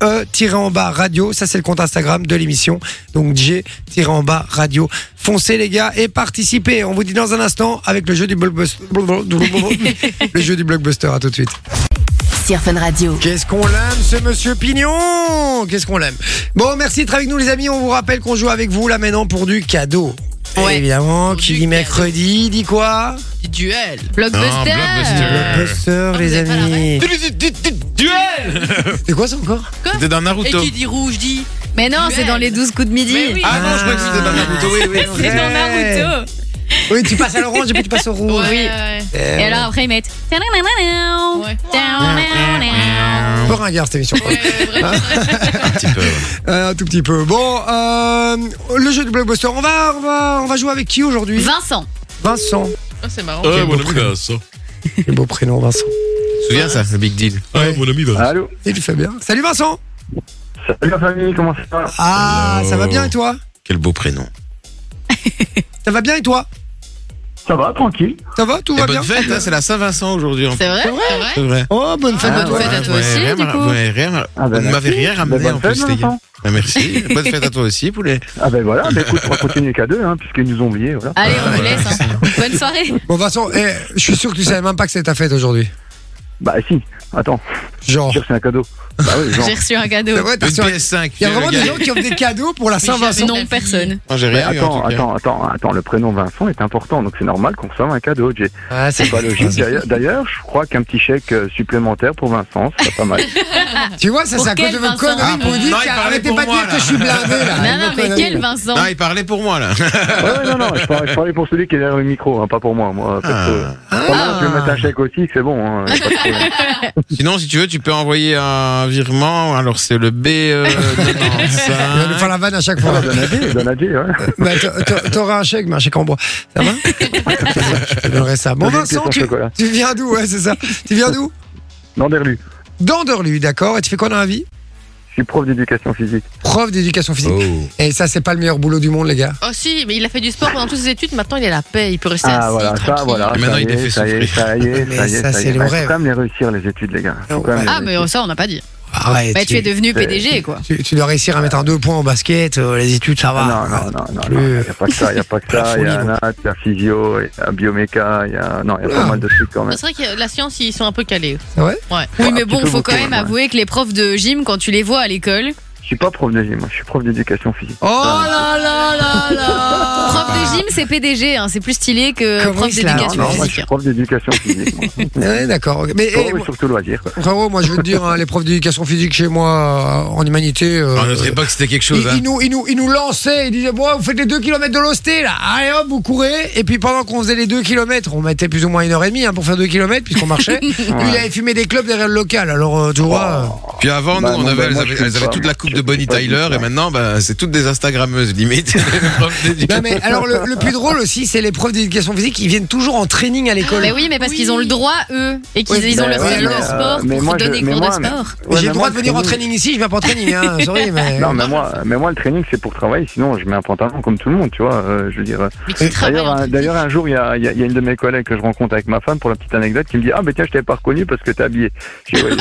C: en bas radio, ça c'est le compte Instagram de l'émission. Donc J en bas radio. Foncez les gars et participez. On vous dit dans un instant avec le jeu du blockbuster. le jeu du blockbuster à tout de suite.
E: Sur Fun Radio.
C: Qu'est-ce qu'on l'aime, ce monsieur Pignon Qu'est-ce qu'on l'aime Bon, merci d'être avec nous, les amis. On vous rappelle qu'on joue avec vous là maintenant pour du cadeau.
F: Ouais.
C: Évidemment,
F: Pour
C: qui
F: du
C: dit
F: cadeau.
C: mercredi, dit quoi
F: Du duel.
B: Non,
D: Blockbuster
B: Blockbuster. Euh.
C: Blockbuster, les
F: vous avez pas la
C: amis.
B: Duel
C: C'est quoi ça encore
B: C'était dans
F: Et
B: Naruto.
F: qui dit rouge dit.
D: Mais non, c'est dans les 12 coups de midi.
F: Mais oui.
B: Ah non, je crois que c'était dans Naruto, oui, oui.
D: C'est dans Naruto.
C: Oui, tu passes à l'orange et puis tu passes au rouge.
F: Ouais,
D: Oui.
F: ouais.
C: Eh,
D: Et alors après ils mettent.
F: Ouais.
C: Un peu ringard cette émission.
F: Ouais, vraiment.
B: Un petit peu. ouais.
C: Euh, un tout petit peu. Bon, euh, le jeu de blockbuster. On va, on va, on va jouer avec qui aujourd'hui
D: Vincent.
C: Vincent.
F: Oh, c'est marrant.
C: Quel
H: Ah, mon
C: beau
H: ami
C: prénom.
H: Vincent.
C: Quel beau prénom, Vincent.
B: Tu te souviens ça, le big deal
H: Ah, mon ami Vincent.
I: Allô
C: Il le fait bien. Salut Vincent.
I: Salut la famille, comment ça va
C: Ah,
H: Hello.
C: ça va bien et toi
B: Quel beau prénom.
C: Ça va bien et toi
I: Ça va, tranquille.
C: Ça va Tout
B: Et
C: va bien
B: bonne fête, hein, c'est la Saint-Vincent aujourd'hui. en
F: C'est vrai,
C: C'est vrai
F: c'est vrai.
B: C'est vrai.
C: Oh, bonne fête
D: Ah,
C: à toi.
D: bonne fête à toi aussi,
B: rien
D: du
B: m'a-
D: coup.
B: ouais, rien m'a-
I: Ah,
B: Vous
I: ben,
B: ne m'avez rien ramené
I: Ben,
B: en
I: bonne fête,
B: plus, les gars.
I: Vincent.
B: Ah, merci. Bonne fête à toi aussi, poulet.
I: Ah ben voilà, ben écoute, on va continuer qu'à deux, hein, puisqu'ils nous ont oubliés, voilà.
D: Allez, on vous laisse. hein. Bonne soirée.
C: Bon, Vincent, eh, je suis sûr que tu savais même pas que c'était ta fête aujourd'hui.
I: Bah si, attends,
C: Genre.
I: c'est un cadeau. Bah oui, genre.
D: J'ai reçu un cadeau.
C: C'est vrai,
B: Une
C: t'as reçu un-
B: PS5.
C: Il y
B: viens,
C: a vraiment des
B: regarde.
C: gens qui offrent des cadeaux pour la Saint-Vincent.
D: Non, personne.
B: Moi, j'ai
I: Mais
B: rien eu, en
I: attends,
B: tout cas.
I: attends, attends, attends, le prénom Vincent est important, donc c'est normal qu'on reçoive un cadeau, Jay.
C: Ouais, c'est
I: C'est pas logique. D'ailleurs- D'ailleurs, je crois qu'un petit chèque euh, supplémentaire pour Vincent, c'est pas mal.
C: Tu vois, ça,
D: Pour
C: c'est à cause
D: quel
C: de vos
D: Vincent
C: conneries
B: Ah, bon.
C: maudites.
B: Non, il parlait
C: Arrêtez
B: pour
C: pas de
B: moi,
C: dire
B: là.
C: que je suis blindé, là.
D: Non,
C: Vos
D: non, mais
C: conneries.
D: quel Vincent
B: Non, il parlait pour moi, là.
I: Ouais, non, non, je parlais, je parlais pour celui qui est derrière le micro, hein, pas pour moi.
B: Ah.
I: moi parce que-
C: Hein
I: Pas
D: Ah.
I: mal, je vais mettre un chèque aussi, c'est bon. hein, pas de problème.
B: Sinon, si tu veux, tu peux envoyer un virement. Alors, c'est le B. euh,
C: Il va nous
B: 95.
C: faire la vanne à chaque fois.
I: Ah, donne à Jay, donne à Jay, ouais.
C: Bah, t'a- t'a- T'auras un chèque, mais un chèque en bois. Ça va Je te donnerai ça. Bon,
I: Donne une
C: Vincent,
I: pièce en
C: tu,
I: chocolat.
C: tu viens d'où Ouais, c'est ça. Tu viens d'où
I: Nanderlu,
C: D'Anderlu, d'accord. Et tu fais quoi dans la vie
I: je suis prof d'éducation physique.
C: Prof d'éducation physique.
B: Oh.
C: Et ça, c'est pas le meilleur boulot du monde, les gars.
F: Oh si, mais il a fait du sport pendant toutes ses études, maintenant il est à la paix, il peut rester
I: Ah
F: assis,
I: voilà, ça
F: tranquille.
I: voilà.
B: Et maintenant,
I: ça
B: il les
I: y est,
B: fait
I: ça y est,
B: souffrir.
I: Ça y est,
C: Mais
I: ça y est,
C: ça,
I: ça y
C: c'est
I: est.
C: le
I: Ah, faut
C: rêve.
I: quand même les réussir, les études, les gars. Faut
C: Ah,
I: quand même
C: ouais.
I: les
D: Ah, mais
F: euh,
I: réussir.
D: ça, on n'a pas dit.
C: Arrête.
D: Bah, tu es devenu PDG, quoi.
C: tu, tu dois réussir à mettre un deux points au basket, euh, les études, ça va.
I: Ah, non, non, non, non,
C: Plus.
I: non, il n'y a pas que ça, il n'y a pas que
C: La
I: ça, il y a
C: folie, non.
I: Nat, il y a Physio, il y a Bioméca, il y a, non, il y a
C: Ah.
I: pas mal de trucs quand
F: Bah,
I: même.
F: C'est vrai que la science, ils sont un peu calés.
C: C'est vrai
F: Ouais.
D: Oui,
I: un
D: mais
I: petit
D: bon,
I: peu
D: faut quand
I: beaucoup,
D: même
I: ouais.
D: avouer que les profs de gym, quand tu les vois à l'école,
I: Je suis pas prof de gym, moi, je suis prof d'éducation physique.
C: Oh là là là là
D: prof de gym, c'est PDG, hein, c'est plus stylé que
C: Comment
D: prof
C: il se la-
I: Non,
D: d'éducation
I: non, hein, moi, je
D: physique.
I: suis prof d'éducation physique. moi.
C: Ouais, d'accord. Mais
I: Sport
C: eh,
I: et
C: moi-
I: surtout loisirs. quoi.
C: frérot, moi je veux te dire, hein, les profs d'éducation physique chez moi euh, en humanité. euh,
B: À notre époque, c'était quelque chose.
C: ils,
B: hein.
C: ils nous, ils, nous, ils nous lançaient, ils disaient bon, vous faites les 2 km de l'osté là, allez hop, vous courez. Et puis pendant qu'on faisait les 2 km, on mettait plus ou moins une heure et demie hein, pour faire 2 km puisqu'on marchait. Lui, il avait fumé des clubs derrière le local, alors
I: Oh.
C: euh, tu vois.
B: Puis avant,
I: Bah,
B: nous, on
I: non,
B: avait,
I: bah,
B: elles,
I: moi,
B: avaient,
I: je suis
B: elles avaient
I: pas-
B: toute la coupe
I: je
B: de
I: suis
B: Bonnie
I: pas
B: Tyler
I: du
B: et
I: tout.
B: maintenant, bah, c'est toutes des Instagrammeuses, limite. Les profs d'éducation.
C: Non, Ah, mais alors le, le plus drôle aussi, c'est les profs d'éducation physique, ils viennent toujours en training à l'école.
D: Mais Bah oui, mais parce
F: Oui.
D: qu'ils ont le droit, eux, et qu'ils
C: Oui,
D: ils ont
I: mais
D: leur
I: ouais,
D: salle de
I: mais, euh,
D: sport
I: mais
D: pour
I: moi, je-
D: donner
I: mais
D: cours de
I: moi, mais-
D: sport.
I: Ouais,
C: J'ai
I: mais
C: le
I: moi,
C: droit de venir en training ici, je viens pas en training, hein, sorry, mais.
I: Non, mais moi, mais moi, le training, c'est pour travailler. Sinon, je mets un pantalon comme tout le monde, tu vois. euh, je veux dire. euh,
F: Mais qui travaillent
I: D'ailleurs,
F: en
I: un,
F: training.
I: d'ailleurs, un jour, il y a, il y a- il y a une de mes collègues que je rencontre avec ma femme pour la petite anecdote qui me dit Ah, mais tiens, je t'avais pas reconnu parce que t'es habillé. Je dis, Ouais,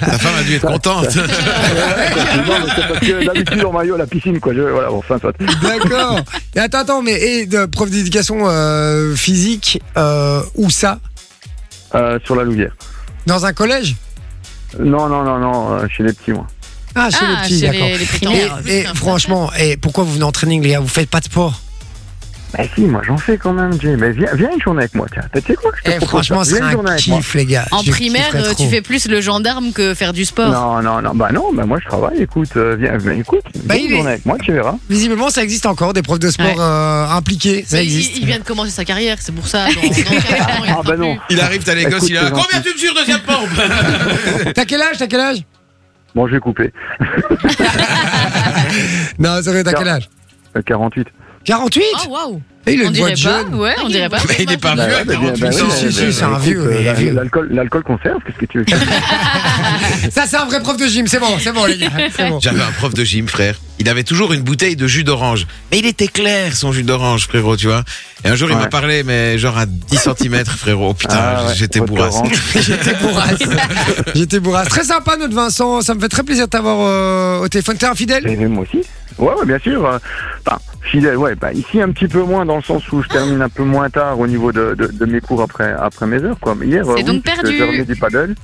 B: Ta femme a dû être contente.
I: Non, mais c'est parce que d'habitude, on maillot à la piscine, quoi. Je, voilà, bon, enfin, soit.
C: D'accord. Et attends, attends, mais et de prof d'éducation euh, physique, euh, où ça
I: Euh, sur la Louvière.
C: Dans un collège
I: Non, non, non, non, euh, chez les petits, moi.
C: Ah, chez
D: Ah,
C: les petits,
D: chez
C: d'accord.
D: les, les
C: Et,
D: primaires.
C: et franchement, et pourquoi vous venez en training, les gars Vous faites pas de sport
I: Bah, si, moi, j'en fais quand même, Jay. Mais viens, viens une journée avec moi, tiens. Tu sais quoi je te
C: Et
I: propose
C: Eh, franchement,
I: ça.
C: c'est
I: Viens une
C: un
I: journée avec moi.
C: kiff, les gars.
D: En
C: Je
D: primaire,
C: kifferais
D: euh,
C: trop.
D: tu fais plus le gendarme que faire du sport.
I: Non, non, non, bah non, bah moi je travaille, écoute, euh, viens, mais écoute,
C: Bah,
I: viens
C: il
I: une
C: est-
I: journée avec moi, tu verras.
C: Visiblement, ça existe encore, des profs de sport
D: Ouais.
C: euh, impliqués. Ça
F: Mais il-
C: existe.
F: Il, vient de commencer sa carrière, c'est pour ça. dans- dans quatre ans, il
I: Ah,
F: fera
I: bah non.
F: plus.
B: Il arrive, t'as les
I: Écoute,
B: gosses, il est là.
I: c'est gentil.
B: Combien tu me sur deuxième pompe
C: T'as quel âge T'as quel âge
I: Bon, je vais couper.
C: Non, c'est vrai, t'as
I: Car-
C: quel âge
I: Euh, 48.
C: 48
F: Oh waouh
C: Et Il a
D: On
C: une voix
D: dirait
C: de
D: pas,
C: jeune.
D: ouais, on dirait pas.
B: Mais il est pas
I: Bah,
B: vieux à
I: ouais, bah,
B: 48
I: bah,
B: ans.
I: oui,
C: Si,
I: bah,
C: si,
I: bah,
C: c'est un
I: écoute,
C: vieux,
I: euh,
C: mais
I: l'al-
C: vieux.
I: L'alcool, l'alcool conserve, qu'est-ce que tu veux que-
C: Ça, c'est un vrai prof de gym. C'est bon, c'est bon, les gars. C'est bon.
B: J'avais un prof de gym, frère. Il avait toujours une bouteille de jus d'orange. Mais il était clair, son jus d'orange, frérot, tu vois. Et un jour, il
I: Ouais.
B: m'a parlé, mais genre à 10 cm, frérot. Oh, Putain,
I: Ah ouais,
B: j'étais
I: votre
B: bourrasse.
I: orange.
C: J'étais bourrasse. J'étais bourrasse. Très sympa, notre Vincent. Ça me fait très plaisir de t'avoir euh, au téléphone. T'es un fidèle
I: Et moi aussi. Ouais, ouais, bien sûr. euh, Enfin, fidèle, ouais, bah, ici un petit peu moins dans le sens où je termine un peu moins tard au niveau de, de, de mes cours après, après mes heures, quoi. Mais hier,
D: C'est
I: euh, oui,
D: donc
I: puisque
D: perdu.
I: j'ai remis du paddle.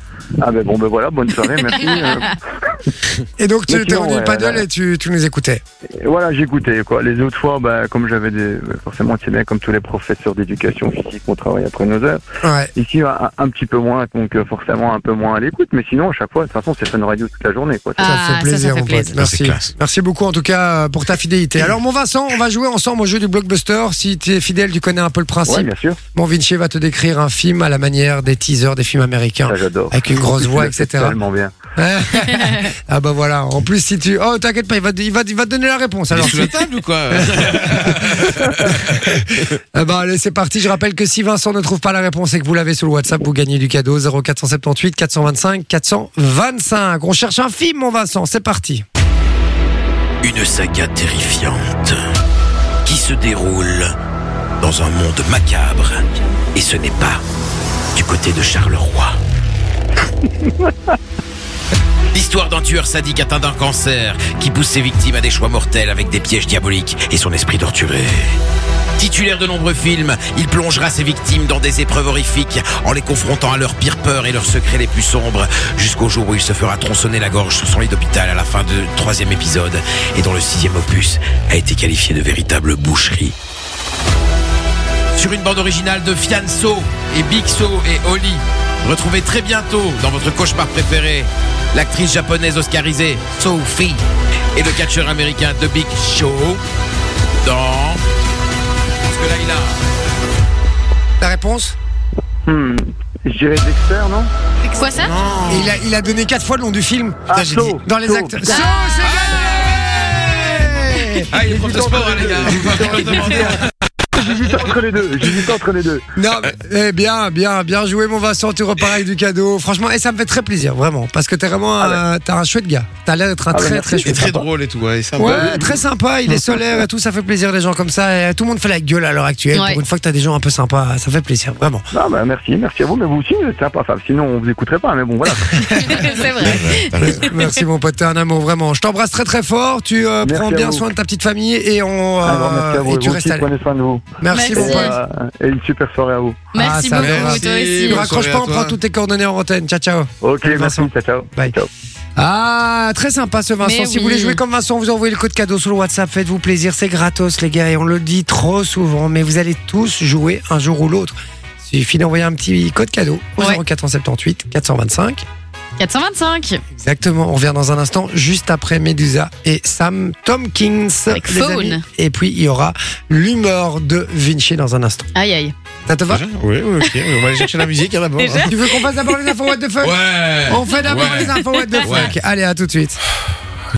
I: Ah, ben bon, ben voilà, bonne soirée, merci. euh.
C: Et donc, tu
I: Mais
C: t'es
I: sinon,
C: rendu
I: ouais,
C: paddle
I: ouais.
C: et tu, tu nous écoutais.
I: Et voilà, j'écoutais quoi. Les autres fois, bah, comme j'avais des, forcément, tu sais bien, comme tous les professeurs d'éducation physique, on travaille après nos heures.
C: Ouais.
I: Ici, un, un petit peu moins, donc euh, forcément un peu moins à l'écoute. Mais sinon, à chaque fois, de toute façon, c'est Fun Radio toute la journée. Quoi. C'est-
D: Ah,
C: ça
D: ça,
C: fait plaisir,
D: ça
C: mon
D: fait
C: pote.
D: plaisir.
B: C'est
C: Merci.
B: classe.
C: Merci beaucoup, en tout cas, euh, pour ta fidélité. Alors, mon Vincent, on va jouer ensemble au jeu du blockbuster. Si tu es fidèle, tu connais un peu le
I: Ouais,
C: principe.
I: bien sûr.
C: Mon Vinci va te décrire un film à la manière des teasers des films américains.
I: Ça, j'adore.
C: Avec une grosse voix,
I: Tu le fais
C: etc.
I: Tellement bien.
C: ah, bah voilà. En plus, si tu. Oh, t'inquiète pas, il va, il, va, il va te donner la réponse. hein.
B: Il est
C: Alors,
B: sous la table ou quoi euh
C: Eh ben, allez, c'est parti. Je rappelle que si Vincent ne trouve pas la réponse et que vous l'avez sur le WhatsApp, vous gagnez du cadeau 0478 425 425. On cherche un film, mon Vincent. C'est parti.
G: Une saga terrifiante qui se déroule dans un monde macabre. Et ce n'est pas du côté de Charleroi.
B: L'histoire d'un tueur sadique atteint d'un cancer qui pousse ses victimes à des choix mortels avec des pièges diaboliques et son esprit torturé. Titulaire de nombreux films, il plongera ses victimes dans des épreuves horrifiques en les confrontant à leurs pires peurs et leurs secrets les plus sombres jusqu'au jour où il se fera tronçonner la gorge sur son lit d'hôpital à la fin du troisième épisode et dont le sixième opus a été qualifié de véritable boucherie. Sur une bande originale de Fianso et Bixo et Oli, retrouvez très bientôt dans votre cauchemar préféré l'actrice japonaise oscarisée Sophie et le catcheur américain The Big Show dans... Parce que là, il a...
C: La réponse
I: Hmm. Je dirais Dexter, non
D: Quoi ça
C: Et il, a, il a donné quatre fois le nom du film.
I: Ah,
B: j'ai
I: Saw,
C: Dans les
I: Saw.
C: actes.
D: Bah,
C: So, c'est gagné
B: Ah, il est prof de sport, hein, les gars. Vous pouvez pas me demander.
I: J'hésite entre les deux. J'hésite entre les deux.
C: Non, mais, eh bien, bien, bien joué, mon Vincent. Tu repars avec du cadeau. Franchement, et ça me fait très plaisir, vraiment. Parce que t'es vraiment
I: Ah ouais.
C: un, t'as un chouette gars. T'as l'air d'être un
I: Ah ouais,
C: très,
I: merci.
C: très
I: Bah,
B: Il est
C: chouette
B: très
C: gars.
B: drôle et tout, hein, et sympa.
C: Ouais, très sympa, il est solaire et tout, ça fait plaisir les gens comme ça. Et tout le monde fait la gueule à l'heure actuelle.
D: Ouais.
C: Pour une fois que t'as des gens un peu sympas, ça fait plaisir, vraiment.
I: Non, bah, merci, merci à vous. Mais vous aussi, vous êtes sympa. Enfin, sinon, on vous écouterait pas. Mais bon, voilà.
D: C'est vrai.
I: Bah,
C: Merci mon pote, t'es un amour vraiment. Je t'embrasse très très fort, tu euh,
I: Merci
C: prends
I: à
C: bien
I: vous.
C: soin de ta petite famille et on euh,
I: Alors, merci à vous.
C: et
I: Et
C: tu
I: vous
C: restes
I: aussi,
C: à
I: prenez soin de vous.
C: Merci, mon
D: Merci.
C: pote. Ah,
I: Euh, et une super soirée à vous.
D: Merci
C: ça
D: beaucoup,
C: va.
D: toi aussi.
C: Tu
B: Bonne
C: raccroches
B: soirée
C: pas,
B: à
C: on
B: toi.
C: prend toutes tes coordonnées en antenne. Ciao ciao.
I: Ok,
C: Salut,
I: merci.
C: Vincent.
I: Ciao, ciao.
C: Bye.
I: Ciao.
C: Ah, très sympa ce Vincent.
D: Mais
C: si
D: oui.
C: vous voulez jouer comme Vincent, vous envoyez le code cadeau sur le WhatsApp. Faites-vous plaisir, c'est gratos, les gars. Et on le dit trop souvent, mais vous allez tous jouer un jour ou l'autre. Il suffit d'envoyer un petit code cadeau au
D: Ouais.
C: 0478 425.
D: 425.
C: Exactement. On revient dans un instant, juste après Medusa et Sam Tompkins.
D: Avec
C: les
D: Faune.
C: amis. Et puis, il y aura l'humeur de Vinci dans un instant.
D: Aïe, aïe.
C: Ça te va
B: Oui, oui, ok. On va aller chercher la musique hein, d'abord.
D: Déjà
B: hein.
C: Tu veux qu'on fasse d'abord les infos What the fuck
B: Ouais.
C: On fait d'abord
B: Ouais.
C: les infos What the fuck.
B: Ouais.
C: Allez, à tout de suite.